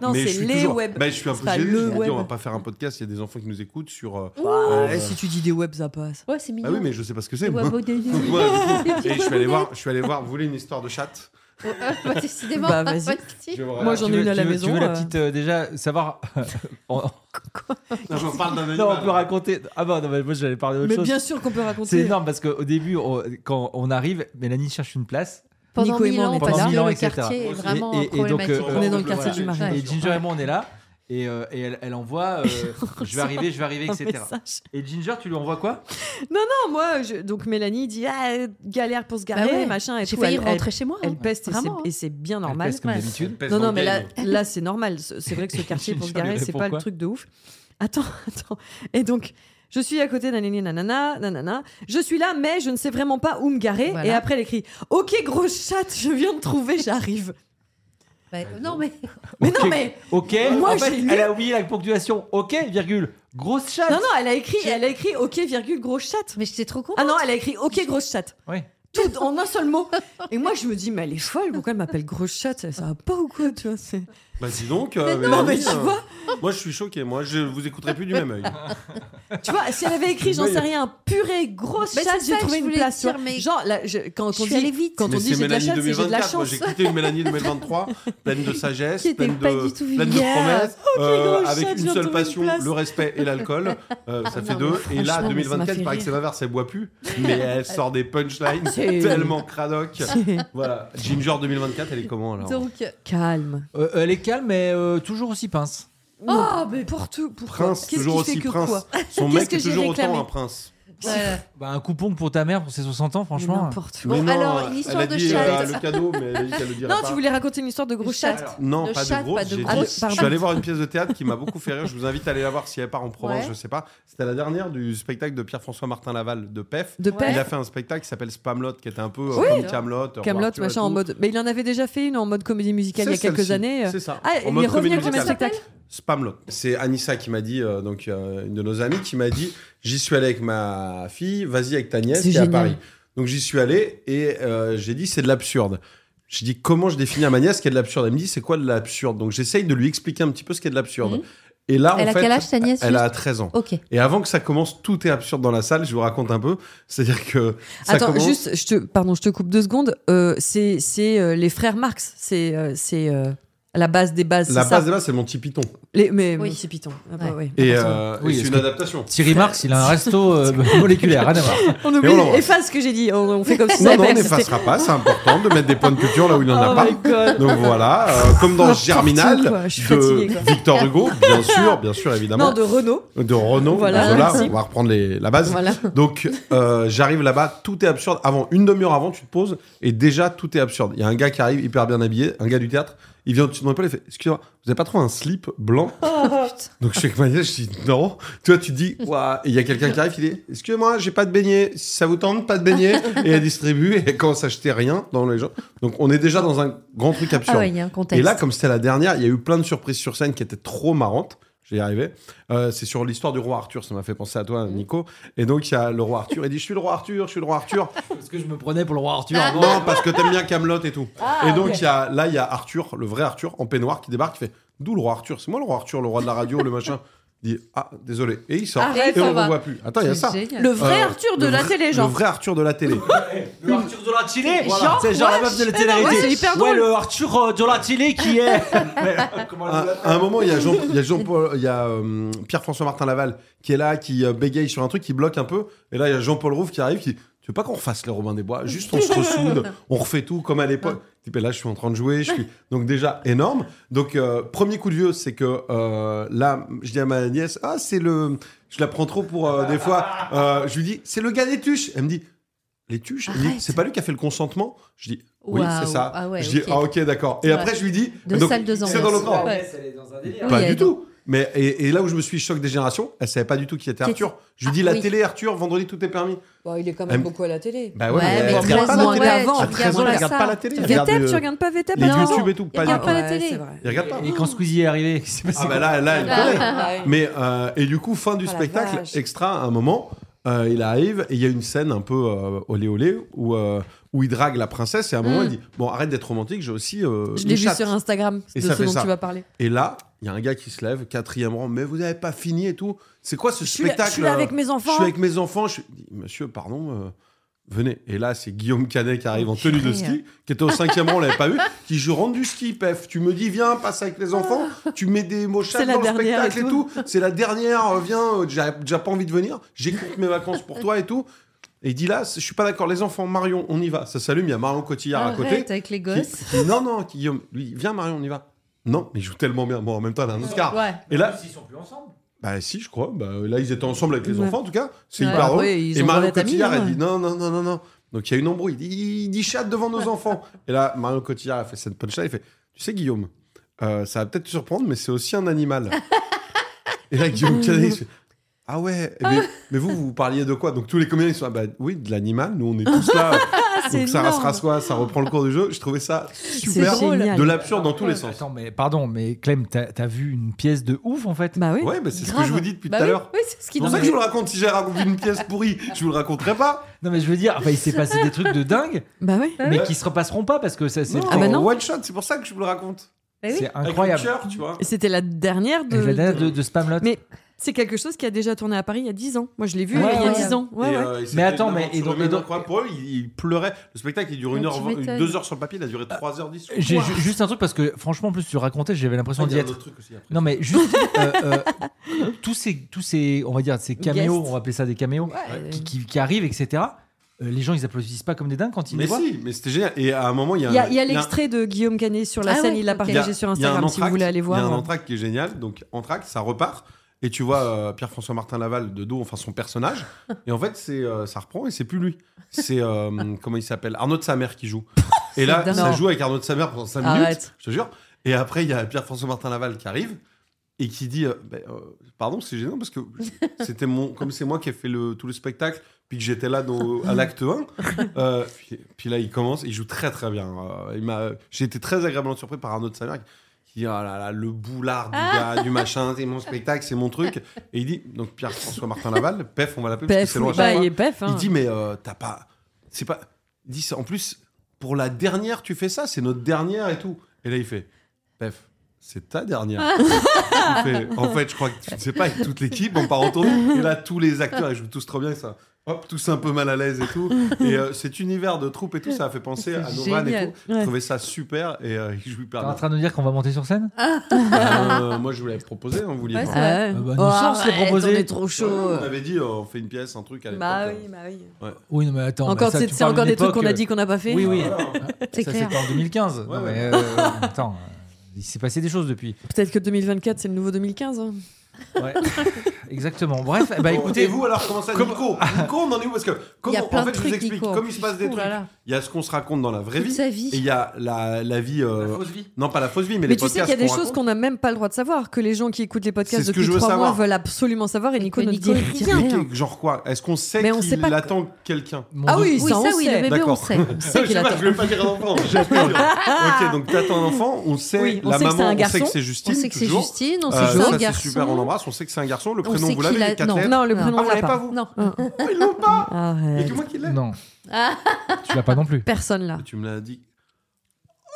[SPEAKER 4] Non,
[SPEAKER 1] mais je
[SPEAKER 4] c'est
[SPEAKER 1] suis
[SPEAKER 4] les
[SPEAKER 1] toujours-
[SPEAKER 4] web.
[SPEAKER 1] Bah, je suis un
[SPEAKER 4] C'est
[SPEAKER 1] peu
[SPEAKER 4] pas
[SPEAKER 1] gêné.
[SPEAKER 4] le
[SPEAKER 1] je me dis,
[SPEAKER 4] web.
[SPEAKER 1] on va pas faire un podcast, il y a des enfants qui nous écoutent sur. euh,
[SPEAKER 4] Bah,
[SPEAKER 1] euh,
[SPEAKER 4] Si tu dis des web, ça passe.
[SPEAKER 2] Ouais, c'est
[SPEAKER 1] Ah
[SPEAKER 2] mignon.
[SPEAKER 1] oui, mais je sais pas ce que c'est.
[SPEAKER 2] Les
[SPEAKER 1] moi.
[SPEAKER 2] web modèles.
[SPEAKER 1] Donc, moi, du coup,
[SPEAKER 2] Les
[SPEAKER 1] et je
[SPEAKER 2] petites
[SPEAKER 1] suis allé
[SPEAKER 2] web
[SPEAKER 1] voir, je suis allé voir, vous voulez une histoire de chatte
[SPEAKER 2] Oh, ah, bah, décidément,
[SPEAKER 4] Bah, vas-y.
[SPEAKER 2] vas-y.
[SPEAKER 1] Je vais voir.
[SPEAKER 4] Moi, j'en
[SPEAKER 6] Tu
[SPEAKER 4] ai
[SPEAKER 6] veux-
[SPEAKER 4] une à
[SPEAKER 6] tu
[SPEAKER 4] la
[SPEAKER 6] veux-
[SPEAKER 4] maison,
[SPEAKER 6] Tu veux la
[SPEAKER 4] euh.
[SPEAKER 6] petite euh, déjà *laughs* savoir en-
[SPEAKER 1] Non, j'en parle d'un
[SPEAKER 6] Non,
[SPEAKER 1] animal.
[SPEAKER 6] on peut raconter. Ah bah non, mais moi j'allais parler d'autre
[SPEAKER 4] Mais
[SPEAKER 6] chose.
[SPEAKER 4] bien sûr qu'on peut raconter.
[SPEAKER 6] C'est énorme parce qu'au début, on- quand on arrive, Mélanie cherche une place.
[SPEAKER 2] Pendant
[SPEAKER 4] Nico et
[SPEAKER 2] mille
[SPEAKER 4] moi, on
[SPEAKER 2] ans,
[SPEAKER 4] est
[SPEAKER 2] on
[SPEAKER 4] pas
[SPEAKER 2] parce
[SPEAKER 4] là.
[SPEAKER 2] que
[SPEAKER 6] Mille ans,
[SPEAKER 2] le
[SPEAKER 6] etc.
[SPEAKER 2] quartier est
[SPEAKER 1] Et-
[SPEAKER 2] vraiment
[SPEAKER 6] et- et donc, euh,
[SPEAKER 2] problématique.
[SPEAKER 4] on est dans le quartier du mariage.
[SPEAKER 6] Et Ginger et moi, on est là. Et, euh, et elle, elle envoie
[SPEAKER 4] *laughs*
[SPEAKER 6] euh, Je vais arriver, je vais arriver,
[SPEAKER 4] un
[SPEAKER 6] etc.
[SPEAKER 4] message.
[SPEAKER 6] Et Ginger, tu lui envoies quoi
[SPEAKER 4] Non, moi, je- donc Mélanie dit ah, galère pour se garer,
[SPEAKER 2] Bah ouais,
[SPEAKER 4] machin. Et
[SPEAKER 2] J'ai
[SPEAKER 4] tout.
[SPEAKER 2] failli
[SPEAKER 4] Elle-
[SPEAKER 2] rentrer chez moi.
[SPEAKER 4] Elle
[SPEAKER 2] hein.
[SPEAKER 4] peste et c'est-
[SPEAKER 2] Vraiment, hein.
[SPEAKER 4] et c'est bien normal.
[SPEAKER 6] Elle pèse comme d'habitude.
[SPEAKER 1] Elle pèse
[SPEAKER 4] Non,
[SPEAKER 1] dans
[SPEAKER 4] non,
[SPEAKER 1] le
[SPEAKER 4] mais là,
[SPEAKER 1] game.
[SPEAKER 4] là c'est normal. C'est c'est vrai que ce quartier, pour se
[SPEAKER 6] Ginger lui
[SPEAKER 4] garer, c'est
[SPEAKER 6] répond
[SPEAKER 4] pas le
[SPEAKER 6] quoi
[SPEAKER 4] truc de ouf. Attends, *laughs* attends. Et donc, je suis à côté nanani nanana, nanana. Je suis là, mais je ne sais vraiment pas où me garer.
[SPEAKER 2] Voilà.
[SPEAKER 4] Et après, elle écrit Ok, grosse chatte, je viens de trouver, j'arrive.
[SPEAKER 2] Bah, non, mais
[SPEAKER 4] Mais non,
[SPEAKER 6] Ok.
[SPEAKER 4] mais.
[SPEAKER 6] Ok,
[SPEAKER 4] Moi,
[SPEAKER 6] en fait,
[SPEAKER 4] j'ai lu-
[SPEAKER 6] elle a oublié la ponctuation. Ok, virgule, grosse chatte.
[SPEAKER 4] Non, non, elle a écrit, elle a écrit Ok, virgule, grosse chatte.
[SPEAKER 2] mais j'étais trop contente.
[SPEAKER 4] Ah non, elle a écrit Ok, grosse chatte.
[SPEAKER 6] Ouais.
[SPEAKER 4] Tout en un seul mot. Et moi, je me dis Mais elle est folle, pourquoi elle m'appelle grosse chatte Ça va pas ou quoi, tu vois c'est-
[SPEAKER 1] Bah dis donc. euh,
[SPEAKER 4] Mais non, mais
[SPEAKER 1] Mélanie,
[SPEAKER 4] tu
[SPEAKER 1] euh,
[SPEAKER 4] vois.
[SPEAKER 1] Moi, je suis choqué. Moi, je vous écouterai plus du même œil.
[SPEAKER 4] Tu vois, si elle avait écrit, j'en sais rien, purée, grosse
[SPEAKER 2] Mais
[SPEAKER 4] chatte,
[SPEAKER 2] c'est
[SPEAKER 4] j'ai
[SPEAKER 2] ça que
[SPEAKER 4] trouvé
[SPEAKER 2] je
[SPEAKER 4] une
[SPEAKER 2] voulais
[SPEAKER 4] place. tu
[SPEAKER 2] dire,
[SPEAKER 4] vois.
[SPEAKER 2] mais
[SPEAKER 4] Genre, là, je- quand
[SPEAKER 2] je
[SPEAKER 4] on
[SPEAKER 2] suis
[SPEAKER 4] dit,
[SPEAKER 2] allée vite.
[SPEAKER 4] quand on
[SPEAKER 1] Mais
[SPEAKER 4] dit
[SPEAKER 1] c'est
[SPEAKER 4] j'ai de la
[SPEAKER 1] Mélanie
[SPEAKER 4] chatte, c'est j'ai de la
[SPEAKER 1] 2024. Moi,
[SPEAKER 4] chance.
[SPEAKER 1] j'ai écouté une Mélanie 2023
[SPEAKER 4] *laughs*
[SPEAKER 1] pleine de sagesse,
[SPEAKER 2] Qui était
[SPEAKER 1] pleine de,
[SPEAKER 2] pas du tout
[SPEAKER 1] pleine de
[SPEAKER 2] vulgaire.
[SPEAKER 1] promesses, euh,
[SPEAKER 4] Ok, gros chat,
[SPEAKER 1] avec
[SPEAKER 4] je
[SPEAKER 1] une
[SPEAKER 4] viens de
[SPEAKER 1] seule
[SPEAKER 4] trouver une
[SPEAKER 1] passion,
[SPEAKER 4] place. Ah
[SPEAKER 1] le respect et
[SPEAKER 4] *laughs*
[SPEAKER 1] l'alcool. Euh, ça fait
[SPEAKER 4] non,
[SPEAKER 1] deux.
[SPEAKER 4] mais
[SPEAKER 1] Et là,
[SPEAKER 4] franchement, mais ça m'a
[SPEAKER 1] 2024,
[SPEAKER 4] fait Ah,
[SPEAKER 1] il paraît que c'est l'inverse. Elle boit plus, mais
[SPEAKER 4] *laughs*
[SPEAKER 1] elle sort des punchlines
[SPEAKER 4] C'est-
[SPEAKER 1] tellement
[SPEAKER 4] *laughs*
[SPEAKER 1] cradoc. Voilà. Ginger 2024, elle est comment alors
[SPEAKER 2] Donc, euh,
[SPEAKER 4] Calme.
[SPEAKER 6] Euh, elle est calme, mais euh, toujours aussi pince.
[SPEAKER 4] Oh,
[SPEAKER 2] Ah,
[SPEAKER 4] mais pour tout, pour
[SPEAKER 1] Prince, toujours aussi prince. Son
[SPEAKER 4] Qu'est-ce
[SPEAKER 1] mec
[SPEAKER 4] que
[SPEAKER 1] est
[SPEAKER 4] j'ai
[SPEAKER 1] toujours
[SPEAKER 4] réclamé
[SPEAKER 1] autant un prince.
[SPEAKER 2] voilà.
[SPEAKER 6] Bah, un coupon pour ta mère pour ses 60 ans, franchement.
[SPEAKER 4] N'importe quoi.
[SPEAKER 2] Bon,
[SPEAKER 1] Mais non,
[SPEAKER 2] alors,
[SPEAKER 1] elle a
[SPEAKER 2] l'histoire de
[SPEAKER 1] dit, euh,
[SPEAKER 2] chat.
[SPEAKER 1] le cadeau, mais elle a dit
[SPEAKER 4] *laughs*
[SPEAKER 1] qu'elle le dira
[SPEAKER 4] Non,
[SPEAKER 1] pas.
[SPEAKER 4] tu voulais raconter une histoire de grosse
[SPEAKER 2] Chatte.
[SPEAKER 4] chatte.
[SPEAKER 1] Non,
[SPEAKER 2] De
[SPEAKER 1] pas,
[SPEAKER 2] chatte,
[SPEAKER 1] de grosse,
[SPEAKER 2] pas de
[SPEAKER 1] j'ai dit-
[SPEAKER 2] grosse.
[SPEAKER 1] Je suis allé voir une pièce de théâtre qui m'a beaucoup fait rire. Je vous invite à aller la voir si elle part en Provence,
[SPEAKER 2] Ouais.
[SPEAKER 1] je sais pas. C'était la dernière du spectacle de Pierre-François Martin Laval de PEF.
[SPEAKER 4] De
[SPEAKER 2] Ouais.
[SPEAKER 1] Il
[SPEAKER 4] père.
[SPEAKER 1] a fait un spectacle qui s'appelle Spamlot, qui était un peu euh,
[SPEAKER 4] Oui.
[SPEAKER 1] comme Camelot.
[SPEAKER 4] Camelot, machin, en mode. Mais il en avait déjà fait une en mode comédie musicale il y a quelques années.
[SPEAKER 1] C'est ça.
[SPEAKER 4] Ah,
[SPEAKER 1] En
[SPEAKER 4] il est
[SPEAKER 1] mode
[SPEAKER 4] revenu
[SPEAKER 1] comédie
[SPEAKER 4] avec le même
[SPEAKER 1] musicale.
[SPEAKER 4] spectacle.
[SPEAKER 1] Spamlot. C'est Anissa qui m'a dit, euh, donc euh, une de nos amies, qui m'a dit J'y suis allé avec ma fille, vas-y avec ta nièce,
[SPEAKER 4] C'est
[SPEAKER 1] qui est à
[SPEAKER 4] génial.
[SPEAKER 1] Paris. Donc j'y suis allé et euh, j'ai dit C'est de l'absurde. J'ai dit Comment je définis à ma nièce ce qu'est de l'absurde Elle me dit C'est quoi de l'absurde Donc j'essaye de lui expliquer un petit peu ce qu'est de l'absurde.
[SPEAKER 2] Mhm.
[SPEAKER 1] Et là,
[SPEAKER 2] Elle
[SPEAKER 1] en
[SPEAKER 2] a
[SPEAKER 1] fait,
[SPEAKER 2] quel âge ta nièce
[SPEAKER 1] elle
[SPEAKER 2] juste
[SPEAKER 1] a 13 ans.
[SPEAKER 2] Ok.
[SPEAKER 1] Et avant que ça commence, tout est absurde dans la salle. Je vous raconte un peu. C'est-à-dire que. Ça
[SPEAKER 4] Attends,
[SPEAKER 1] commence...
[SPEAKER 4] juste, je te, pardon, je te coupe deux secondes. Euh, c'est c'est, euh, les frères Marx. C'est euh, c'est euh, la base des bases.
[SPEAKER 1] La
[SPEAKER 4] c'est ça.
[SPEAKER 1] base de là, c'est mon petit python.
[SPEAKER 4] Les- mais
[SPEAKER 2] Oui.
[SPEAKER 4] mon petit Python. Ah bah, ouais.
[SPEAKER 1] Et,
[SPEAKER 4] Pardon.
[SPEAKER 1] euh,
[SPEAKER 6] Oui,
[SPEAKER 1] et c'est
[SPEAKER 6] est-ce
[SPEAKER 1] une
[SPEAKER 6] que-
[SPEAKER 1] adaptation.
[SPEAKER 6] Thierry Marx, il a
[SPEAKER 4] *laughs*
[SPEAKER 6] un resto euh, *laughs* moléculaire, rien à voir.
[SPEAKER 4] On
[SPEAKER 1] Et on
[SPEAKER 4] oublie,
[SPEAKER 1] l'embrasse.
[SPEAKER 4] efface ce que j'ai dit. On, on fait comme si ça
[SPEAKER 1] Non,
[SPEAKER 4] avait
[SPEAKER 1] non,
[SPEAKER 4] pas
[SPEAKER 1] on
[SPEAKER 4] existé.
[SPEAKER 1] n'effacera pas, c'est important de mettre des points de culture là où il n'en a
[SPEAKER 4] Oh
[SPEAKER 1] pas.
[SPEAKER 4] my God.
[SPEAKER 1] Donc voilà, euh, comme dans
[SPEAKER 4] *laughs* N'importe
[SPEAKER 1] Germinal
[SPEAKER 4] quoi, je suis fatiguée, quoi.
[SPEAKER 1] de Victor Hugo, bien sûr, bien sûr, évidemment.
[SPEAKER 4] Non, de Renault.
[SPEAKER 1] de... Renault,
[SPEAKER 4] Voilà.
[SPEAKER 1] voilà,
[SPEAKER 4] Merci.
[SPEAKER 1] on va reprendre les- la base.
[SPEAKER 4] Voilà.
[SPEAKER 1] Donc euh, j'arrive là-bas, tout est absurde. Avant, une demi-heure avant, tu te poses et déjà tout est absurde. Il y a un gars qui arrive hyper bien habillé, un gars du théâtre. Il vient au-dessus de mon épaule et fait Excusez-moi, vous avez pas trouvé un slip blanc
[SPEAKER 2] Oh,
[SPEAKER 1] Donc je suis avec ma nièce, je dis Non. Toi, tu
[SPEAKER 2] *laughs*
[SPEAKER 1] dis Ouah. Et il y a quelqu'un qui arrive, il dit Excusez-moi, j'ai pas de beignet. Si ça vous tente, pas de beignet. Et elle distribue et elle commence à acheter rien dans les gens. Donc on est déjà dans un grand truc absurde.
[SPEAKER 2] Ah ouais, il y a un contexte.
[SPEAKER 1] Et là, comme c'était la dernière, il y a eu plein de surprises sur scène qui étaient trop marrantes. J'y ai arrivé. Euh, c'est sur l'histoire du roi Arthur. Ça m'a fait penser à toi,
[SPEAKER 4] Mhm.
[SPEAKER 1] Nico. Et donc, il y a le roi Arthur. Il dit Je suis le roi Arthur, je suis le roi
[SPEAKER 4] *laughs*
[SPEAKER 1] Arthur.
[SPEAKER 6] Parce que je me prenais pour le roi Arthur.
[SPEAKER 4] Ah.
[SPEAKER 6] avant.
[SPEAKER 1] non, parce que t'aimes bien Camelot et tout. et donc, il y a, là, il y a Arthur, le vrai Arthur, en peignoir, qui débarque, qui fait D'où le roi Arthur C'est moi le roi Arthur, le roi de la radio, le
[SPEAKER 4] *laughs*
[SPEAKER 1] machin. Il dit Ah, désolé. Et il sort.
[SPEAKER 2] Arrête,
[SPEAKER 1] et on
[SPEAKER 2] s'en
[SPEAKER 1] ne
[SPEAKER 2] va.
[SPEAKER 1] voit plus. Attends, il y a ça.
[SPEAKER 4] Le vrai
[SPEAKER 1] Euh,
[SPEAKER 4] Arthur de
[SPEAKER 1] le
[SPEAKER 4] la
[SPEAKER 1] vrai-
[SPEAKER 4] télé, genre.
[SPEAKER 1] Le vrai Arthur de la
[SPEAKER 4] *laughs*
[SPEAKER 1] télé.
[SPEAKER 6] Le Arthur de la télé
[SPEAKER 4] Genre,
[SPEAKER 6] voilà. C'est genre la meuf de la télé.
[SPEAKER 4] ouais, c'est hyper drôle.
[SPEAKER 6] le Arthur euh, de la télé qui
[SPEAKER 4] *laughs*
[SPEAKER 6] est. *laughs* euh, Ah.
[SPEAKER 1] à, à un moment, il y a, Jean, il y a,
[SPEAKER 2] *laughs*
[SPEAKER 1] Jean-Paul- il y a euh, Pierre-François Martin Laval qui est là, qui euh, bégaye sur un truc, qui bloque un peu. Et là, il y a Jean-Paul Rouve qui arrive, qui dit, Tu veux pas qu'on refasse les Robins des Bois Juste, on se
[SPEAKER 2] *laughs*
[SPEAKER 1] ressoude, on refait tout comme à l'époque.
[SPEAKER 2] Ah.
[SPEAKER 1] Type, et là, je suis en train de jouer, je suis donc déjà énorme. Donc, euh, premier coup de vieux, c'est que euh, là, je dis à ma nièce Ah, c'est le. Je la prends trop pour euh, des fois. Euh, je lui dis C'est le gars des tuches. Elle me dit Les tuches Elle me dit,
[SPEAKER 2] Arrête.
[SPEAKER 1] C'est pas lui qui a fait le consentement Je dis Oui,
[SPEAKER 2] Waouh.
[SPEAKER 1] c'est ça.
[SPEAKER 2] Ah ouais,
[SPEAKER 1] je dis
[SPEAKER 2] ok.
[SPEAKER 1] Ah, ok, d'accord. Et
[SPEAKER 2] Ouais.
[SPEAKER 1] après, je lui dis
[SPEAKER 2] De
[SPEAKER 1] donc,
[SPEAKER 2] salle de
[SPEAKER 1] C'est dans
[SPEAKER 2] ambiance.
[SPEAKER 1] l'autre ordre.
[SPEAKER 2] Ouais.
[SPEAKER 1] Pas
[SPEAKER 2] Oui, elle
[SPEAKER 1] du
[SPEAKER 2] est
[SPEAKER 1] tout. Mais et, et là où je me suis choc des générations, elle savait pas du tout qui était
[SPEAKER 2] Qui
[SPEAKER 1] Arthur. Je lui
[SPEAKER 2] Ah,
[SPEAKER 1] dis la
[SPEAKER 2] oui.
[SPEAKER 1] télé Arthur, vendredi tout est permis.
[SPEAKER 4] Bah, il est quand
[SPEAKER 1] même
[SPEAKER 4] même
[SPEAKER 1] Euh,
[SPEAKER 4] beaucoup à la télé.
[SPEAKER 1] Bah
[SPEAKER 2] Ouais, mais
[SPEAKER 1] elle
[SPEAKER 2] elle
[SPEAKER 1] regarde
[SPEAKER 2] regarde
[SPEAKER 1] pas
[SPEAKER 2] moins
[SPEAKER 1] la télé.
[SPEAKER 2] avant,
[SPEAKER 1] À
[SPEAKER 2] tu
[SPEAKER 1] 13 ans,
[SPEAKER 2] regardes
[SPEAKER 1] elle
[SPEAKER 2] moins
[SPEAKER 1] regarde
[SPEAKER 2] ça.
[SPEAKER 1] pas la télé. Elle
[SPEAKER 4] VTEP,
[SPEAKER 1] regarde euh,
[SPEAKER 4] tu regardes pas VTEP
[SPEAKER 1] les
[SPEAKER 4] à la
[SPEAKER 2] Non.
[SPEAKER 4] maison
[SPEAKER 1] YouTube et tout, pas
[SPEAKER 2] regarde
[SPEAKER 1] du
[SPEAKER 2] pas
[SPEAKER 1] tout.
[SPEAKER 2] la
[SPEAKER 4] Ouais,
[SPEAKER 2] télé.
[SPEAKER 4] c'est vrai.
[SPEAKER 1] Elle regarde pas.
[SPEAKER 6] Et quand Squeezie est arrivé, qu'est-ce qui s'est passé
[SPEAKER 1] Ah bah là, là, elle
[SPEAKER 2] Ah,
[SPEAKER 1] connaît.
[SPEAKER 4] ouais.
[SPEAKER 1] Mais euh, et du coup, fin du
[SPEAKER 4] Oh la
[SPEAKER 1] spectacle,
[SPEAKER 4] vache.
[SPEAKER 1] extra, à un moment, euh, il arrive et il y a une scène un peu euh, olé olé où, euh, où où il drague la princesse et à un moment
[SPEAKER 4] Mm.
[SPEAKER 1] il dit Bon, arrête d'être romantique, j'ai aussi. euh,
[SPEAKER 4] Je
[SPEAKER 1] une
[SPEAKER 4] l'ai vu
[SPEAKER 1] chatte.
[SPEAKER 4] sur Instagram,
[SPEAKER 1] Et
[SPEAKER 4] de
[SPEAKER 1] ça
[SPEAKER 4] ce
[SPEAKER 1] fait
[SPEAKER 4] dont
[SPEAKER 1] ça.
[SPEAKER 4] tu vas parler.
[SPEAKER 1] Et là, il y a un gars qui se lève, quatrième rang, mais vous n'avez pas fini et tout. C'est quoi ce
[SPEAKER 4] Je suis là-
[SPEAKER 1] spectacle euh,
[SPEAKER 4] je suis là avec mes enfants.
[SPEAKER 1] Je suis avec mes enfants. Je... suis- Il dit, Monsieur, pardon, euh, venez. Et là, c'est Guillaume Canet qui arrive en tenue de ski, qui était au cinquième rang, on l'avait pas vu, qui joue rentre du ski, pef. Tu me dis, viens, passe avec les enfants, tu mets des mots
[SPEAKER 4] C'est
[SPEAKER 1] chats
[SPEAKER 4] la
[SPEAKER 1] dans le
[SPEAKER 4] dernière
[SPEAKER 1] spectacle
[SPEAKER 4] et
[SPEAKER 1] et tout. C'est la dernière, euh, viens, euh, j'ai déjà pas envie de venir, j'écoute mes vacances pour toi et tout. Et il dit là, je suis pas d'accord, les enfants, Marion, on y va. Ça s'allume, il y a Marion Cotillard
[SPEAKER 4] Ah
[SPEAKER 1] à côté.
[SPEAKER 2] Arrête avec les
[SPEAKER 1] Qui-
[SPEAKER 2] gosses.
[SPEAKER 1] qui- non, non, qui- Guillaume, lui, viens Marion, on y va. Non, mais il joue tellement bien. Bon, en même temps, elle a un Oscar.
[SPEAKER 2] Ouais.
[SPEAKER 1] Et là,
[SPEAKER 6] ils sont plus ensemble.
[SPEAKER 1] bah si, je crois. Bah, là, ils étaient ensemble avec les
[SPEAKER 4] Ouais.
[SPEAKER 1] enfants, en tout cas. C'est
[SPEAKER 4] Ouais.
[SPEAKER 1] hyper
[SPEAKER 4] Bah,
[SPEAKER 1] drôle.
[SPEAKER 4] oui, ils
[SPEAKER 1] Et
[SPEAKER 4] ont
[SPEAKER 1] Marion
[SPEAKER 4] droit d'être amis,
[SPEAKER 1] Cotillard, elle
[SPEAKER 4] hein.
[SPEAKER 1] dit non, non, non, non, non. Donc il y a une embrouille. Il dit, il dit chatte devant nos
[SPEAKER 4] *laughs*
[SPEAKER 1] enfants. Et là, Marion Cotillard a fait cette punchline. Il fait, tu sais, Guillaume, euh, ça va peut-être te surprendre, mais c'est aussi un
[SPEAKER 4] *laughs*
[SPEAKER 1] animal. Et là, Guillaume Canet, il se fait, ah ouais, mais, mais vous, vous parliez de quoi Donc tous les comédiens, ils sont, ah, bah oui, de l'animal. Nous, on est tous là.
[SPEAKER 4] *laughs* c'est
[SPEAKER 1] Donc ça
[SPEAKER 4] énorme.
[SPEAKER 1] rassera soi, ça reprend le cours du jeu. Je trouvais ça
[SPEAKER 4] C'est
[SPEAKER 1] super.
[SPEAKER 4] génial.
[SPEAKER 1] De l'absurde dans tous les sens.
[SPEAKER 6] Ah, Attends, mais pardon, mais Clem, t'as t'as vu une pièce de ouf en fait
[SPEAKER 4] Bah oui.
[SPEAKER 1] Ouais, mais c'est ce que
[SPEAKER 4] Grave.
[SPEAKER 1] je vous dis depuis
[SPEAKER 2] Bah
[SPEAKER 1] tout à
[SPEAKER 2] oui,
[SPEAKER 1] l'heure.
[SPEAKER 2] oui, c'est ce
[SPEAKER 1] C'est
[SPEAKER 2] qu'il
[SPEAKER 1] pour
[SPEAKER 2] en
[SPEAKER 1] ça que je
[SPEAKER 2] dit.
[SPEAKER 1] vous le raconte. Si j'avais raconté une pièce pourrie, je vous le raconterais pas.
[SPEAKER 6] Non, mais je veux dire, enfin, il s'est passé des trucs de
[SPEAKER 4] *laughs*
[SPEAKER 6] dingue,
[SPEAKER 4] Bah oui.
[SPEAKER 6] mais qui se repasseront pas parce que ça, c'est.
[SPEAKER 1] Non,
[SPEAKER 4] Ah bah non. Ah
[SPEAKER 1] One shot, c'est pour ça que je vous le raconte.
[SPEAKER 2] Bah oui.
[SPEAKER 6] C'est
[SPEAKER 1] Avec
[SPEAKER 6] incroyable.
[SPEAKER 1] une cœur, tu vois.
[SPEAKER 4] Et C'était la dernière de.
[SPEAKER 6] Et la date
[SPEAKER 4] de-
[SPEAKER 6] de, de Spamlot.
[SPEAKER 4] Mais c'est quelque chose qui a déjà tourné à Paris il y a 10 ans. Moi, je l'ai vu
[SPEAKER 6] Ouais,
[SPEAKER 4] il y a
[SPEAKER 2] ouais.
[SPEAKER 4] 10 ans. Ouais,
[SPEAKER 1] Et,
[SPEAKER 4] ouais.
[SPEAKER 1] euh, il s'est
[SPEAKER 6] Mais
[SPEAKER 1] fait
[SPEAKER 6] attends,
[SPEAKER 1] une
[SPEAKER 6] mais-
[SPEAKER 1] avance
[SPEAKER 6] et
[SPEAKER 1] sur
[SPEAKER 6] donc-
[SPEAKER 1] le
[SPEAKER 6] et donc-
[SPEAKER 1] incroyable. Pour eux, il, il pleurait. Le spectacle, il dure
[SPEAKER 2] Ah,
[SPEAKER 1] une
[SPEAKER 2] tu
[SPEAKER 1] heure, vingt-
[SPEAKER 2] m'étonnes.
[SPEAKER 1] deux heures sur le papier, il a duré 3h10.
[SPEAKER 6] Euh, J'ai ju- juste un truc parce que franchement, en plus, tu racontais, j'avais l'impression d'y être. Non, mais
[SPEAKER 1] *laughs*
[SPEAKER 6] juste euh, euh, tous ces, tous ces, on va dire, ces caméos,
[SPEAKER 4] Guest.
[SPEAKER 6] on va appeler ça des caméos,
[SPEAKER 4] Ouais.
[SPEAKER 6] qui, qui- qui arrivent, etc. euh, les gens, ils applaudissent pas comme des dingues quand ils
[SPEAKER 1] Mais
[SPEAKER 6] les voient.
[SPEAKER 1] si, mais c'était génial. Et à un moment, il y a
[SPEAKER 4] Il y a,
[SPEAKER 1] un-
[SPEAKER 4] il y a
[SPEAKER 1] il y a un-
[SPEAKER 4] l'extrait de Guillaume Canet sur la
[SPEAKER 2] Ah
[SPEAKER 4] scène,
[SPEAKER 2] ouais,
[SPEAKER 4] il l'a
[SPEAKER 2] ok.
[SPEAKER 1] il y a-
[SPEAKER 4] partagé sur
[SPEAKER 1] il y a un
[SPEAKER 4] Instagram si vous
[SPEAKER 1] entracte,
[SPEAKER 4] voulez aller
[SPEAKER 1] Il y a un
[SPEAKER 4] voir.
[SPEAKER 1] entracte qui est génial. Donc, entracte, ça repart. Et tu vois euh, Pierre-François Martin Laval de dos, enfin son personnage. Et en fait, c'est euh, ça reprend et c'est plus lui. C'est, euh, *laughs* comment il s'appelle Arnaud de sa mère qui joue. Et là,
[SPEAKER 4] dingue.
[SPEAKER 1] ça
[SPEAKER 4] Non.
[SPEAKER 1] joue avec Arnaud de sa mère pendant 5 minutes.
[SPEAKER 4] Arrête.
[SPEAKER 1] Je te jure. Et après, il y a Pierre-François Martin Laval qui arrive et qui dit euh, Ben, euh, Pardon, c'est gênant parce que c'était mon, comme c'est moi qui ai fait le, tout le spectacle, puis que j'étais là dans- à l'acte 1. euh, puis, puis là, il commence, il joue très très bien. Euh, il m'a- J'ai été très agréablement surpris par Arnaud de sa mère qui dit Ah là là, le boulard du
[SPEAKER 4] Ah.
[SPEAKER 1] gars, du machin, c'est
[SPEAKER 4] *laughs*
[SPEAKER 1] mon spectacle, c'est mon truc. Et il dit Donc Pierre-François Martin Laval, pef, on va l'appeler parce que
[SPEAKER 4] Pef,
[SPEAKER 1] c'est loin à chaque
[SPEAKER 4] bah,
[SPEAKER 1] fois.
[SPEAKER 4] il est pef.
[SPEAKER 1] Il
[SPEAKER 4] hein.
[SPEAKER 1] dit mais euh, t'as pas, c'est pas, il dit ça- en plus pour la dernière tu fais ça, c'est notre dernière et tout. Et là il fait, Pef, c'est ta
[SPEAKER 4] *laughs*
[SPEAKER 1] dernière. Il fait, en fait je crois que tu ne sais pas avec toute l'équipe on part en tournée et là tous les acteurs ils jouent tous trop bien ça. Hop, tous un peu mal à l'aise et tout. Et euh, cet univers de troupe et tout, ça a fait penser à
[SPEAKER 2] C'est
[SPEAKER 1] Novan et
[SPEAKER 2] génial.
[SPEAKER 1] tout. Je
[SPEAKER 4] Ouais.
[SPEAKER 1] trouvais ça super et euh, il joue hyper
[SPEAKER 6] T'es
[SPEAKER 1] bien.
[SPEAKER 6] en train de nous dire qu'on va monter sur scène
[SPEAKER 1] Euh, moi, je vous l'avais proposé, on vous
[SPEAKER 2] Ouais, c'est
[SPEAKER 4] Ah ouais.
[SPEAKER 6] Ah
[SPEAKER 2] vrai.
[SPEAKER 6] bah, nous,
[SPEAKER 4] Oh,
[SPEAKER 6] ça, on se l'est
[SPEAKER 4] arrête,
[SPEAKER 6] proposé.
[SPEAKER 4] On est trop chaud.
[SPEAKER 1] On avait dit, euh, on fait une pièce, un truc à l'époque. euh.
[SPEAKER 4] Bah oui, bah oui.
[SPEAKER 6] Oui, non, mais attends.
[SPEAKER 4] Encore,
[SPEAKER 6] mais ça,
[SPEAKER 4] c'est
[SPEAKER 6] tu
[SPEAKER 4] c'est
[SPEAKER 6] parles
[SPEAKER 4] encore
[SPEAKER 6] d'une
[SPEAKER 4] des trucs
[SPEAKER 6] époque,
[SPEAKER 4] qu'on a
[SPEAKER 6] euh,
[SPEAKER 4] dit qu'on n'a pas fait.
[SPEAKER 6] Oui, oui.
[SPEAKER 1] Voilà.
[SPEAKER 2] C'est
[SPEAKER 6] ça,
[SPEAKER 2] clair.
[SPEAKER 6] c'était en 2015. Non,
[SPEAKER 1] Ouais,
[SPEAKER 6] mais,
[SPEAKER 1] ouais.
[SPEAKER 6] euh,
[SPEAKER 1] *laughs*
[SPEAKER 6] attends, euh, il s'est passé des choses depuis.
[SPEAKER 4] Peut-être que 2024, c'est le nouveau 2015. hein.
[SPEAKER 6] Ouais. *laughs* Exactement. Bref, bah
[SPEAKER 1] Bon,
[SPEAKER 6] écoutez,
[SPEAKER 1] et vous alors comment ça
[SPEAKER 6] Comme-
[SPEAKER 1] Nico
[SPEAKER 6] *laughs*
[SPEAKER 1] Nico on en est où parce que comme,
[SPEAKER 2] Il y a plein
[SPEAKER 1] en
[SPEAKER 2] de
[SPEAKER 1] fait je vous
[SPEAKER 2] trucs,
[SPEAKER 1] explique
[SPEAKER 2] Nico.
[SPEAKER 1] comme il se passe des
[SPEAKER 2] Ouh
[SPEAKER 1] trucs
[SPEAKER 2] là là.
[SPEAKER 1] il y a ce qu'on se raconte dans la vraie
[SPEAKER 2] Toute
[SPEAKER 1] vie
[SPEAKER 2] sa
[SPEAKER 1] et il
[SPEAKER 2] vie.
[SPEAKER 1] y a la, la vie euh, non pas la fausse vie mais,
[SPEAKER 4] Mais
[SPEAKER 1] les
[SPEAKER 4] tu sais
[SPEAKER 1] podcasts
[SPEAKER 4] qu'il y a des
[SPEAKER 1] qu'on
[SPEAKER 4] choses
[SPEAKER 1] raconte.
[SPEAKER 4] qu'on n'a même pas le droit de savoir, que les gens qui écoutent les podcasts
[SPEAKER 1] C'est ce que
[SPEAKER 4] depuis
[SPEAKER 1] je veux
[SPEAKER 4] trois mois
[SPEAKER 1] savoir.
[SPEAKER 4] veulent absolument savoir et
[SPEAKER 2] Et
[SPEAKER 4] Nico
[SPEAKER 2] que
[SPEAKER 4] ne
[SPEAKER 2] Nico
[SPEAKER 4] dit
[SPEAKER 2] ne dit
[SPEAKER 4] rien.
[SPEAKER 2] rien.
[SPEAKER 1] Ok, genre quoi est-ce qu'on sait
[SPEAKER 4] Mais on sait
[SPEAKER 1] qu'il
[SPEAKER 4] pas que-
[SPEAKER 1] attend quelqu'un
[SPEAKER 6] mon
[SPEAKER 4] Ah
[SPEAKER 6] Dieu.
[SPEAKER 4] oui,
[SPEAKER 2] Oui,
[SPEAKER 4] ça,
[SPEAKER 2] ça,
[SPEAKER 4] on
[SPEAKER 2] oui,
[SPEAKER 4] sait.
[SPEAKER 2] le bébé,
[SPEAKER 1] D'accord.
[SPEAKER 2] Eh ben, on sait.
[SPEAKER 4] On sait
[SPEAKER 1] *laughs* je
[SPEAKER 4] qu'il
[SPEAKER 1] sais pas
[SPEAKER 4] attend.
[SPEAKER 1] je vais pas dire un
[SPEAKER 2] *laughs*
[SPEAKER 1] enfant je vais pas dire. ok donc t'attends un enfant on sait
[SPEAKER 4] Oui, on
[SPEAKER 1] la
[SPEAKER 4] sait que c'est
[SPEAKER 1] maman
[SPEAKER 4] un
[SPEAKER 1] on sait
[SPEAKER 4] garçon.
[SPEAKER 1] que c'est
[SPEAKER 2] On
[SPEAKER 1] Justine
[SPEAKER 2] sait que c'est
[SPEAKER 1] toujours.
[SPEAKER 2] Justine, on
[SPEAKER 1] Euh,
[SPEAKER 2] sait que c'est
[SPEAKER 1] ça,
[SPEAKER 2] un
[SPEAKER 1] c'est
[SPEAKER 2] garçon.
[SPEAKER 1] super on l'embrasse on sait que c'est un garçon le
[SPEAKER 2] On
[SPEAKER 1] prénom
[SPEAKER 2] sait
[SPEAKER 1] vous
[SPEAKER 2] qu'il
[SPEAKER 1] l'avez
[SPEAKER 2] a-
[SPEAKER 1] les quatre
[SPEAKER 2] non.
[SPEAKER 1] lettres
[SPEAKER 4] Non, le
[SPEAKER 2] Non.
[SPEAKER 4] prénom,
[SPEAKER 1] ah
[SPEAKER 4] on
[SPEAKER 1] vous
[SPEAKER 4] l'a
[SPEAKER 1] l'avez pas
[SPEAKER 4] pas.
[SPEAKER 1] vous
[SPEAKER 2] Non.
[SPEAKER 1] Oh, ils l'ont
[SPEAKER 2] *laughs*
[SPEAKER 1] pas il y a
[SPEAKER 4] Arrête.
[SPEAKER 1] que moi qui l'ai
[SPEAKER 4] *laughs*
[SPEAKER 6] Non,
[SPEAKER 2] Ah,
[SPEAKER 6] tu l'as pas non plus.
[SPEAKER 4] Personne là.
[SPEAKER 1] Tu me l'as dit.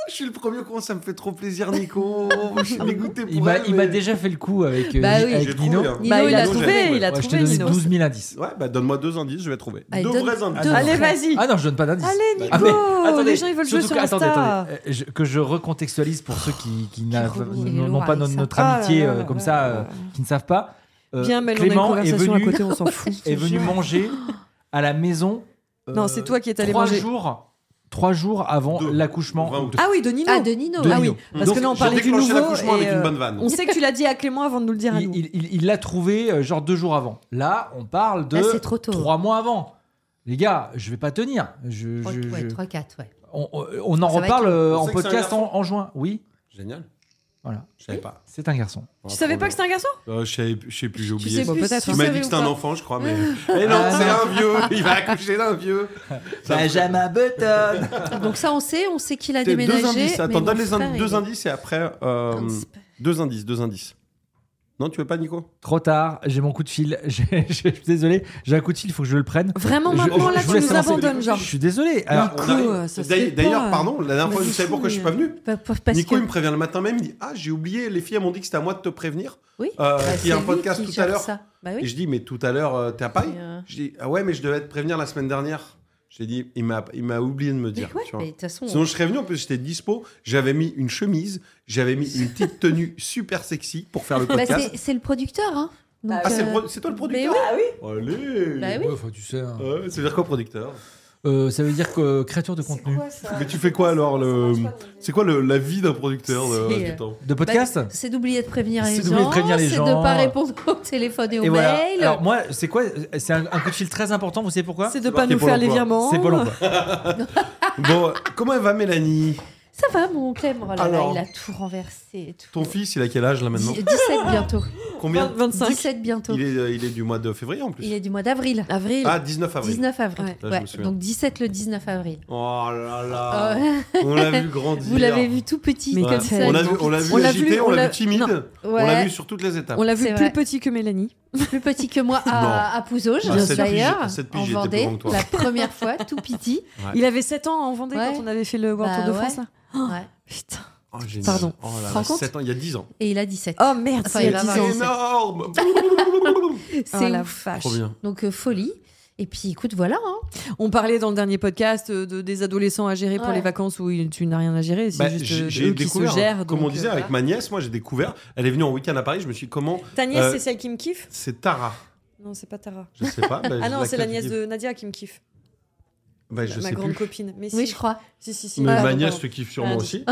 [SPEAKER 1] Oh, je suis le premier con, ça me fait trop plaisir, Nico. je suis dégoûté pour
[SPEAKER 6] Ah, Il m'a
[SPEAKER 1] elle,
[SPEAKER 6] il m'a
[SPEAKER 1] mais-
[SPEAKER 6] déjà fait le coup avec, euh,
[SPEAKER 2] Bah
[SPEAKER 6] Gi-
[SPEAKER 2] oui.
[SPEAKER 1] J'ai
[SPEAKER 6] avec
[SPEAKER 1] trouvé,
[SPEAKER 6] Nino.
[SPEAKER 1] hein.
[SPEAKER 2] Nino,
[SPEAKER 4] Ah Bah, il
[SPEAKER 2] il
[SPEAKER 4] a
[SPEAKER 2] a
[SPEAKER 4] trouvé,
[SPEAKER 1] trouvé.
[SPEAKER 4] il a
[SPEAKER 6] Ouais, je te
[SPEAKER 4] trouvé
[SPEAKER 6] donne
[SPEAKER 4] Nino.
[SPEAKER 6] 12 000 indices.
[SPEAKER 1] Ouais, bah donne-moi deux indices, je vais trouver.
[SPEAKER 2] Ah, il
[SPEAKER 1] deux
[SPEAKER 2] donne-
[SPEAKER 1] vrais indices.
[SPEAKER 6] Ah,
[SPEAKER 4] Allez, vas-y.
[SPEAKER 6] Ah non, je donne pas d'indices.
[SPEAKER 4] Allez,
[SPEAKER 1] Bah,
[SPEAKER 4] Nico,
[SPEAKER 6] Ah, mais attendez,
[SPEAKER 4] les gens ils veulent jouer
[SPEAKER 6] surtout
[SPEAKER 4] sur
[SPEAKER 6] que-
[SPEAKER 4] Insta.
[SPEAKER 6] attendez, attendez, euh, je- que je recontextualise pour ceux qui, qui n'a-
[SPEAKER 2] relou, il est
[SPEAKER 6] n'ont n'ont
[SPEAKER 2] lourd
[SPEAKER 6] pas
[SPEAKER 2] avec
[SPEAKER 6] no-
[SPEAKER 2] ça.
[SPEAKER 6] notre
[SPEAKER 4] Ah là
[SPEAKER 6] amitié
[SPEAKER 4] là
[SPEAKER 6] euh,
[SPEAKER 4] là
[SPEAKER 6] comme
[SPEAKER 4] là
[SPEAKER 6] ça,
[SPEAKER 4] là
[SPEAKER 6] euh,
[SPEAKER 4] là.
[SPEAKER 6] qui ne savent pas. Euh,
[SPEAKER 4] Viens, mais on a une
[SPEAKER 6] Clément est
[SPEAKER 4] conversation à
[SPEAKER 6] venu,
[SPEAKER 4] côté, on s'en fout.
[SPEAKER 6] est venu manger à la maison. euh,
[SPEAKER 4] Non, c'est toi qui es allé
[SPEAKER 6] trois
[SPEAKER 4] manger.
[SPEAKER 6] jours, trois jours avant
[SPEAKER 1] Deux.
[SPEAKER 6] l'accouchement.
[SPEAKER 1] Vingt ou deux.
[SPEAKER 4] Ah oui, de Nino.
[SPEAKER 2] Ah, de Nino.
[SPEAKER 6] De
[SPEAKER 4] ah oui,
[SPEAKER 6] Nino.
[SPEAKER 4] parce
[SPEAKER 1] Donc,
[SPEAKER 4] que là on
[SPEAKER 1] j'ai
[SPEAKER 4] parlait du nouveau.
[SPEAKER 1] déclenché l'accouchement
[SPEAKER 4] et,
[SPEAKER 1] avec une
[SPEAKER 4] euh,
[SPEAKER 1] bonne vanne.
[SPEAKER 4] On sait que tu l'as dit à Clément avant de nous le dire à
[SPEAKER 6] Il-
[SPEAKER 4] nous.
[SPEAKER 6] il- il- il l'a trouvé euh, genre deux jours avant. Là, on parle de
[SPEAKER 2] Là, c'est trop tôt.
[SPEAKER 6] trois mois avant. Les gars, je vais pas tenir. Je, je- je-
[SPEAKER 2] ouais, 3, 4, ouais.
[SPEAKER 6] On, on- on en
[SPEAKER 2] Ça va
[SPEAKER 6] reparle
[SPEAKER 2] être-
[SPEAKER 6] euh,
[SPEAKER 1] On
[SPEAKER 6] en
[SPEAKER 1] sait que c'est un
[SPEAKER 6] podcast
[SPEAKER 1] garçon.
[SPEAKER 6] en, en juin. Oui,
[SPEAKER 1] Génial.
[SPEAKER 6] voilà.
[SPEAKER 1] Je savais pas.
[SPEAKER 6] C'est un garçon.
[SPEAKER 4] Tu savais pas que c'était un garçon
[SPEAKER 1] Euh, je, savais, je sais plus, j'ai oublié.
[SPEAKER 4] sais Bon, plus peut-être, si
[SPEAKER 1] tu
[SPEAKER 4] tu
[SPEAKER 1] m'as
[SPEAKER 4] savais
[SPEAKER 1] dit que
[SPEAKER 4] ou
[SPEAKER 1] c'était un
[SPEAKER 4] pas.
[SPEAKER 1] enfant, je crois,
[SPEAKER 4] *laughs*
[SPEAKER 1] mais. Eh non,
[SPEAKER 6] Ah,
[SPEAKER 1] c'est
[SPEAKER 6] non.
[SPEAKER 1] un vieux. Il va accoucher d'un vieux.
[SPEAKER 4] Bah,
[SPEAKER 1] Ça me-
[SPEAKER 6] Benjamin Button. *laughs*
[SPEAKER 2] Donc ça, on sait, on sait qu'il a
[SPEAKER 1] T'es-
[SPEAKER 2] déménagé.
[SPEAKER 1] Deux indices.
[SPEAKER 2] mais
[SPEAKER 1] Attends,
[SPEAKER 2] mon
[SPEAKER 1] donne les
[SPEAKER 2] frère,
[SPEAKER 1] ind-
[SPEAKER 2] il
[SPEAKER 1] deux
[SPEAKER 2] est-
[SPEAKER 1] indices et après. euh,
[SPEAKER 2] Inspect.
[SPEAKER 1] Deux indices, deux indices. Non, tu veux pas, Nico
[SPEAKER 6] Trop tard, j'ai mon coup de fil. *laughs* J'ai- j'ai- Je suis désolé, j'ai un coup de fil, il faut que je le prenne.
[SPEAKER 4] Vraiment,
[SPEAKER 6] Je-
[SPEAKER 4] maintenant,
[SPEAKER 6] je-
[SPEAKER 4] là,
[SPEAKER 6] je vous
[SPEAKER 4] tu
[SPEAKER 6] laisse
[SPEAKER 4] nous
[SPEAKER 6] avancer.
[SPEAKER 4] abandonnes, genre.
[SPEAKER 6] Je suis désolé. Alors,
[SPEAKER 4] Nico,
[SPEAKER 1] Ah, On arrive-
[SPEAKER 4] euh, ça se
[SPEAKER 1] D'ailleurs-
[SPEAKER 4] fait pas.
[SPEAKER 1] D'ailleurs, pardon, la dernière fois,
[SPEAKER 2] Mais
[SPEAKER 1] vous savez
[SPEAKER 2] fou,
[SPEAKER 1] pourquoi je suis pas
[SPEAKER 2] mais- euh,
[SPEAKER 1] venu
[SPEAKER 2] Pa- pa- Parce
[SPEAKER 1] Nico,
[SPEAKER 2] que-
[SPEAKER 1] il me prévient le matin même, il dit Ah, j'ai oublié, les filles, elles m'ont dit que c'était à moi de te prévenir.
[SPEAKER 2] Oui.
[SPEAKER 1] Euh,
[SPEAKER 2] Bah,
[SPEAKER 1] qu'il y a
[SPEAKER 2] c'est
[SPEAKER 1] un
[SPEAKER 2] lui
[SPEAKER 1] podcast
[SPEAKER 2] qui
[SPEAKER 1] tout à
[SPEAKER 2] gère
[SPEAKER 1] l'heure.
[SPEAKER 2] ça. Bah
[SPEAKER 1] Et
[SPEAKER 2] oui.
[SPEAKER 1] je dis Mais tout à l'heure, euh, t'es à Paris
[SPEAKER 2] Et, euh,
[SPEAKER 1] Je dis Ah ouais, mais je devais te prévenir la semaine dernière. Je l'ai dit Il m'a il m'a oublié de me
[SPEAKER 2] Mais
[SPEAKER 1] dire.
[SPEAKER 2] ouais,
[SPEAKER 1] tu vois.
[SPEAKER 2] mais de toute façon.
[SPEAKER 1] Sinon, je serais venu, en plus, j'étais dispo, j'avais mis une chemise, j'avais mis une petite tenue super sexy pour faire le
[SPEAKER 2] Bah,
[SPEAKER 1] podcast.
[SPEAKER 2] c'est c'est le producteur, hein. Donc,
[SPEAKER 1] ah, c'est le
[SPEAKER 2] euh,
[SPEAKER 1] pro- c'est toi le producteur Allez Ah
[SPEAKER 2] Bah oui.
[SPEAKER 6] Ouais, enfin, tu sais, hein.
[SPEAKER 1] Ouais, Ça veut dire quoi, producteur
[SPEAKER 6] Euh, ça veut dire que euh, créature de contenu.
[SPEAKER 1] Mais tu fais quoi alors le... hum, C'est quoi le- la vie d'un producteur de-
[SPEAKER 2] C'est-
[SPEAKER 1] du
[SPEAKER 6] *laughs*
[SPEAKER 1] temps
[SPEAKER 6] De podcast
[SPEAKER 2] bah, C'est d'oublier de prévenir les
[SPEAKER 6] C'est
[SPEAKER 2] gens.
[SPEAKER 6] d'oublier de prévenir les
[SPEAKER 2] C'est de
[SPEAKER 6] gens.
[SPEAKER 2] pas répondre au téléphone et aux
[SPEAKER 6] Et voilà.
[SPEAKER 2] mails.
[SPEAKER 6] Alors, moi, c'est quoi C'est un, un coup de fil très important, vous savez pourquoi
[SPEAKER 4] C'est de
[SPEAKER 1] marqué
[SPEAKER 4] pas nous
[SPEAKER 1] Pôle
[SPEAKER 4] faire les
[SPEAKER 1] emploi.
[SPEAKER 4] virements.
[SPEAKER 6] C'est Pôle emploi.
[SPEAKER 1] Bon, euh, comment elle va, Mélanie
[SPEAKER 2] Ça va, mon Clem Oh là là,
[SPEAKER 1] Alors.
[SPEAKER 2] il a tout renversé et tout.
[SPEAKER 1] Ton fils, il a quel âge là maintenant
[SPEAKER 2] Dix- 17 bientôt.
[SPEAKER 1] Combien
[SPEAKER 4] 25
[SPEAKER 2] 17 bientôt.
[SPEAKER 1] il
[SPEAKER 2] Il est,
[SPEAKER 1] est, euh, il est du mois de février en plus.
[SPEAKER 2] du mois d'avril.
[SPEAKER 4] avril.
[SPEAKER 1] Ah, 19 avril.
[SPEAKER 2] 19 avril.
[SPEAKER 4] Ouais.
[SPEAKER 1] Là, je me souviens.
[SPEAKER 2] Donc 17 le 19 avril.
[SPEAKER 1] Oh là là
[SPEAKER 2] Euh,
[SPEAKER 1] On l'a vu grandir.
[SPEAKER 2] vous l'avez vu tout petit.
[SPEAKER 4] Mais
[SPEAKER 1] Ouais.
[SPEAKER 2] comme ça.
[SPEAKER 1] On l'a vu, on l'a vu
[SPEAKER 4] On l'a
[SPEAKER 1] agité,
[SPEAKER 4] vu,
[SPEAKER 1] on
[SPEAKER 4] on
[SPEAKER 1] l'a
[SPEAKER 4] l'a-
[SPEAKER 1] vu timide,
[SPEAKER 4] non.
[SPEAKER 1] on l'a
[SPEAKER 2] Ouais.
[SPEAKER 1] vu sur toutes les étapes.
[SPEAKER 4] On l'a vu
[SPEAKER 2] C'est
[SPEAKER 4] plus
[SPEAKER 2] vrai.
[SPEAKER 4] petit que Mélanie.
[SPEAKER 2] plus petit que moi à, à Pouzauges,
[SPEAKER 1] Bah, cette
[SPEAKER 2] d'ailleurs,
[SPEAKER 1] pige- cette pige,
[SPEAKER 2] en
[SPEAKER 1] j'étais plus
[SPEAKER 2] Vendée,
[SPEAKER 1] grand que toi.
[SPEAKER 2] la première fois, tout petit.
[SPEAKER 4] Il avait 7 ans en Vendée
[SPEAKER 2] Ouais.
[SPEAKER 4] quand on avait fait le World
[SPEAKER 2] Bah
[SPEAKER 4] Tour de
[SPEAKER 2] ouais.
[SPEAKER 4] France. là.
[SPEAKER 2] Ouais.
[SPEAKER 4] Putain.
[SPEAKER 1] Oh, génial.
[SPEAKER 4] Pardon.
[SPEAKER 1] Oh là
[SPEAKER 2] Tu te
[SPEAKER 1] là,
[SPEAKER 2] rends compte
[SPEAKER 1] 7 ans, il y a 10 ans.
[SPEAKER 2] Et il a 17.
[SPEAKER 4] Oh merde,
[SPEAKER 2] Enfin,
[SPEAKER 4] c'est
[SPEAKER 2] il a
[SPEAKER 4] 10 ans.
[SPEAKER 2] vingt-sept.
[SPEAKER 4] Oh
[SPEAKER 1] énorme
[SPEAKER 2] C'est
[SPEAKER 4] la
[SPEAKER 2] ouf.
[SPEAKER 4] vache.
[SPEAKER 1] Trop bien.
[SPEAKER 2] Donc euh, folie. Et puis écoute, voilà. hein.
[SPEAKER 4] On parlait dans le dernier podcast euh, de, des adolescents à gérer pour
[SPEAKER 2] Ouais.
[SPEAKER 4] les vacances où il- tu n'as rien à gérer. C'est
[SPEAKER 1] Bah,
[SPEAKER 4] juste
[SPEAKER 1] j'ai
[SPEAKER 4] euh,
[SPEAKER 1] j'ai
[SPEAKER 4] eux qui se
[SPEAKER 1] découvert,
[SPEAKER 4] gèrent.
[SPEAKER 1] comme
[SPEAKER 4] donc,
[SPEAKER 1] on disait
[SPEAKER 4] euh,
[SPEAKER 1] avec ma nièce, moi j'ai découvert, elle est venue en week-end à Paris, je me suis dit comment
[SPEAKER 4] Ta nièce,
[SPEAKER 1] euh,
[SPEAKER 4] c'est celle qui me kiffe
[SPEAKER 1] c'est Tara.
[SPEAKER 4] Non, c'est pas Tara.
[SPEAKER 1] Je sais pas. bah,
[SPEAKER 4] Ah non,
[SPEAKER 1] laquelle
[SPEAKER 4] c'est la
[SPEAKER 1] tu
[SPEAKER 4] nièce
[SPEAKER 1] dis
[SPEAKER 4] de Nadia qui me kiffe.
[SPEAKER 1] Bah, je
[SPEAKER 4] ma
[SPEAKER 1] sais
[SPEAKER 4] grande
[SPEAKER 1] plus.
[SPEAKER 4] copine. Mais
[SPEAKER 2] Oui,
[SPEAKER 4] si,
[SPEAKER 2] je crois.
[SPEAKER 4] Si, si, si.
[SPEAKER 1] Mais
[SPEAKER 4] Ah,
[SPEAKER 1] ma
[SPEAKER 4] donc,
[SPEAKER 1] nièce
[SPEAKER 4] bon.
[SPEAKER 1] te kiffe sûrement
[SPEAKER 4] Ah,
[SPEAKER 1] aussi.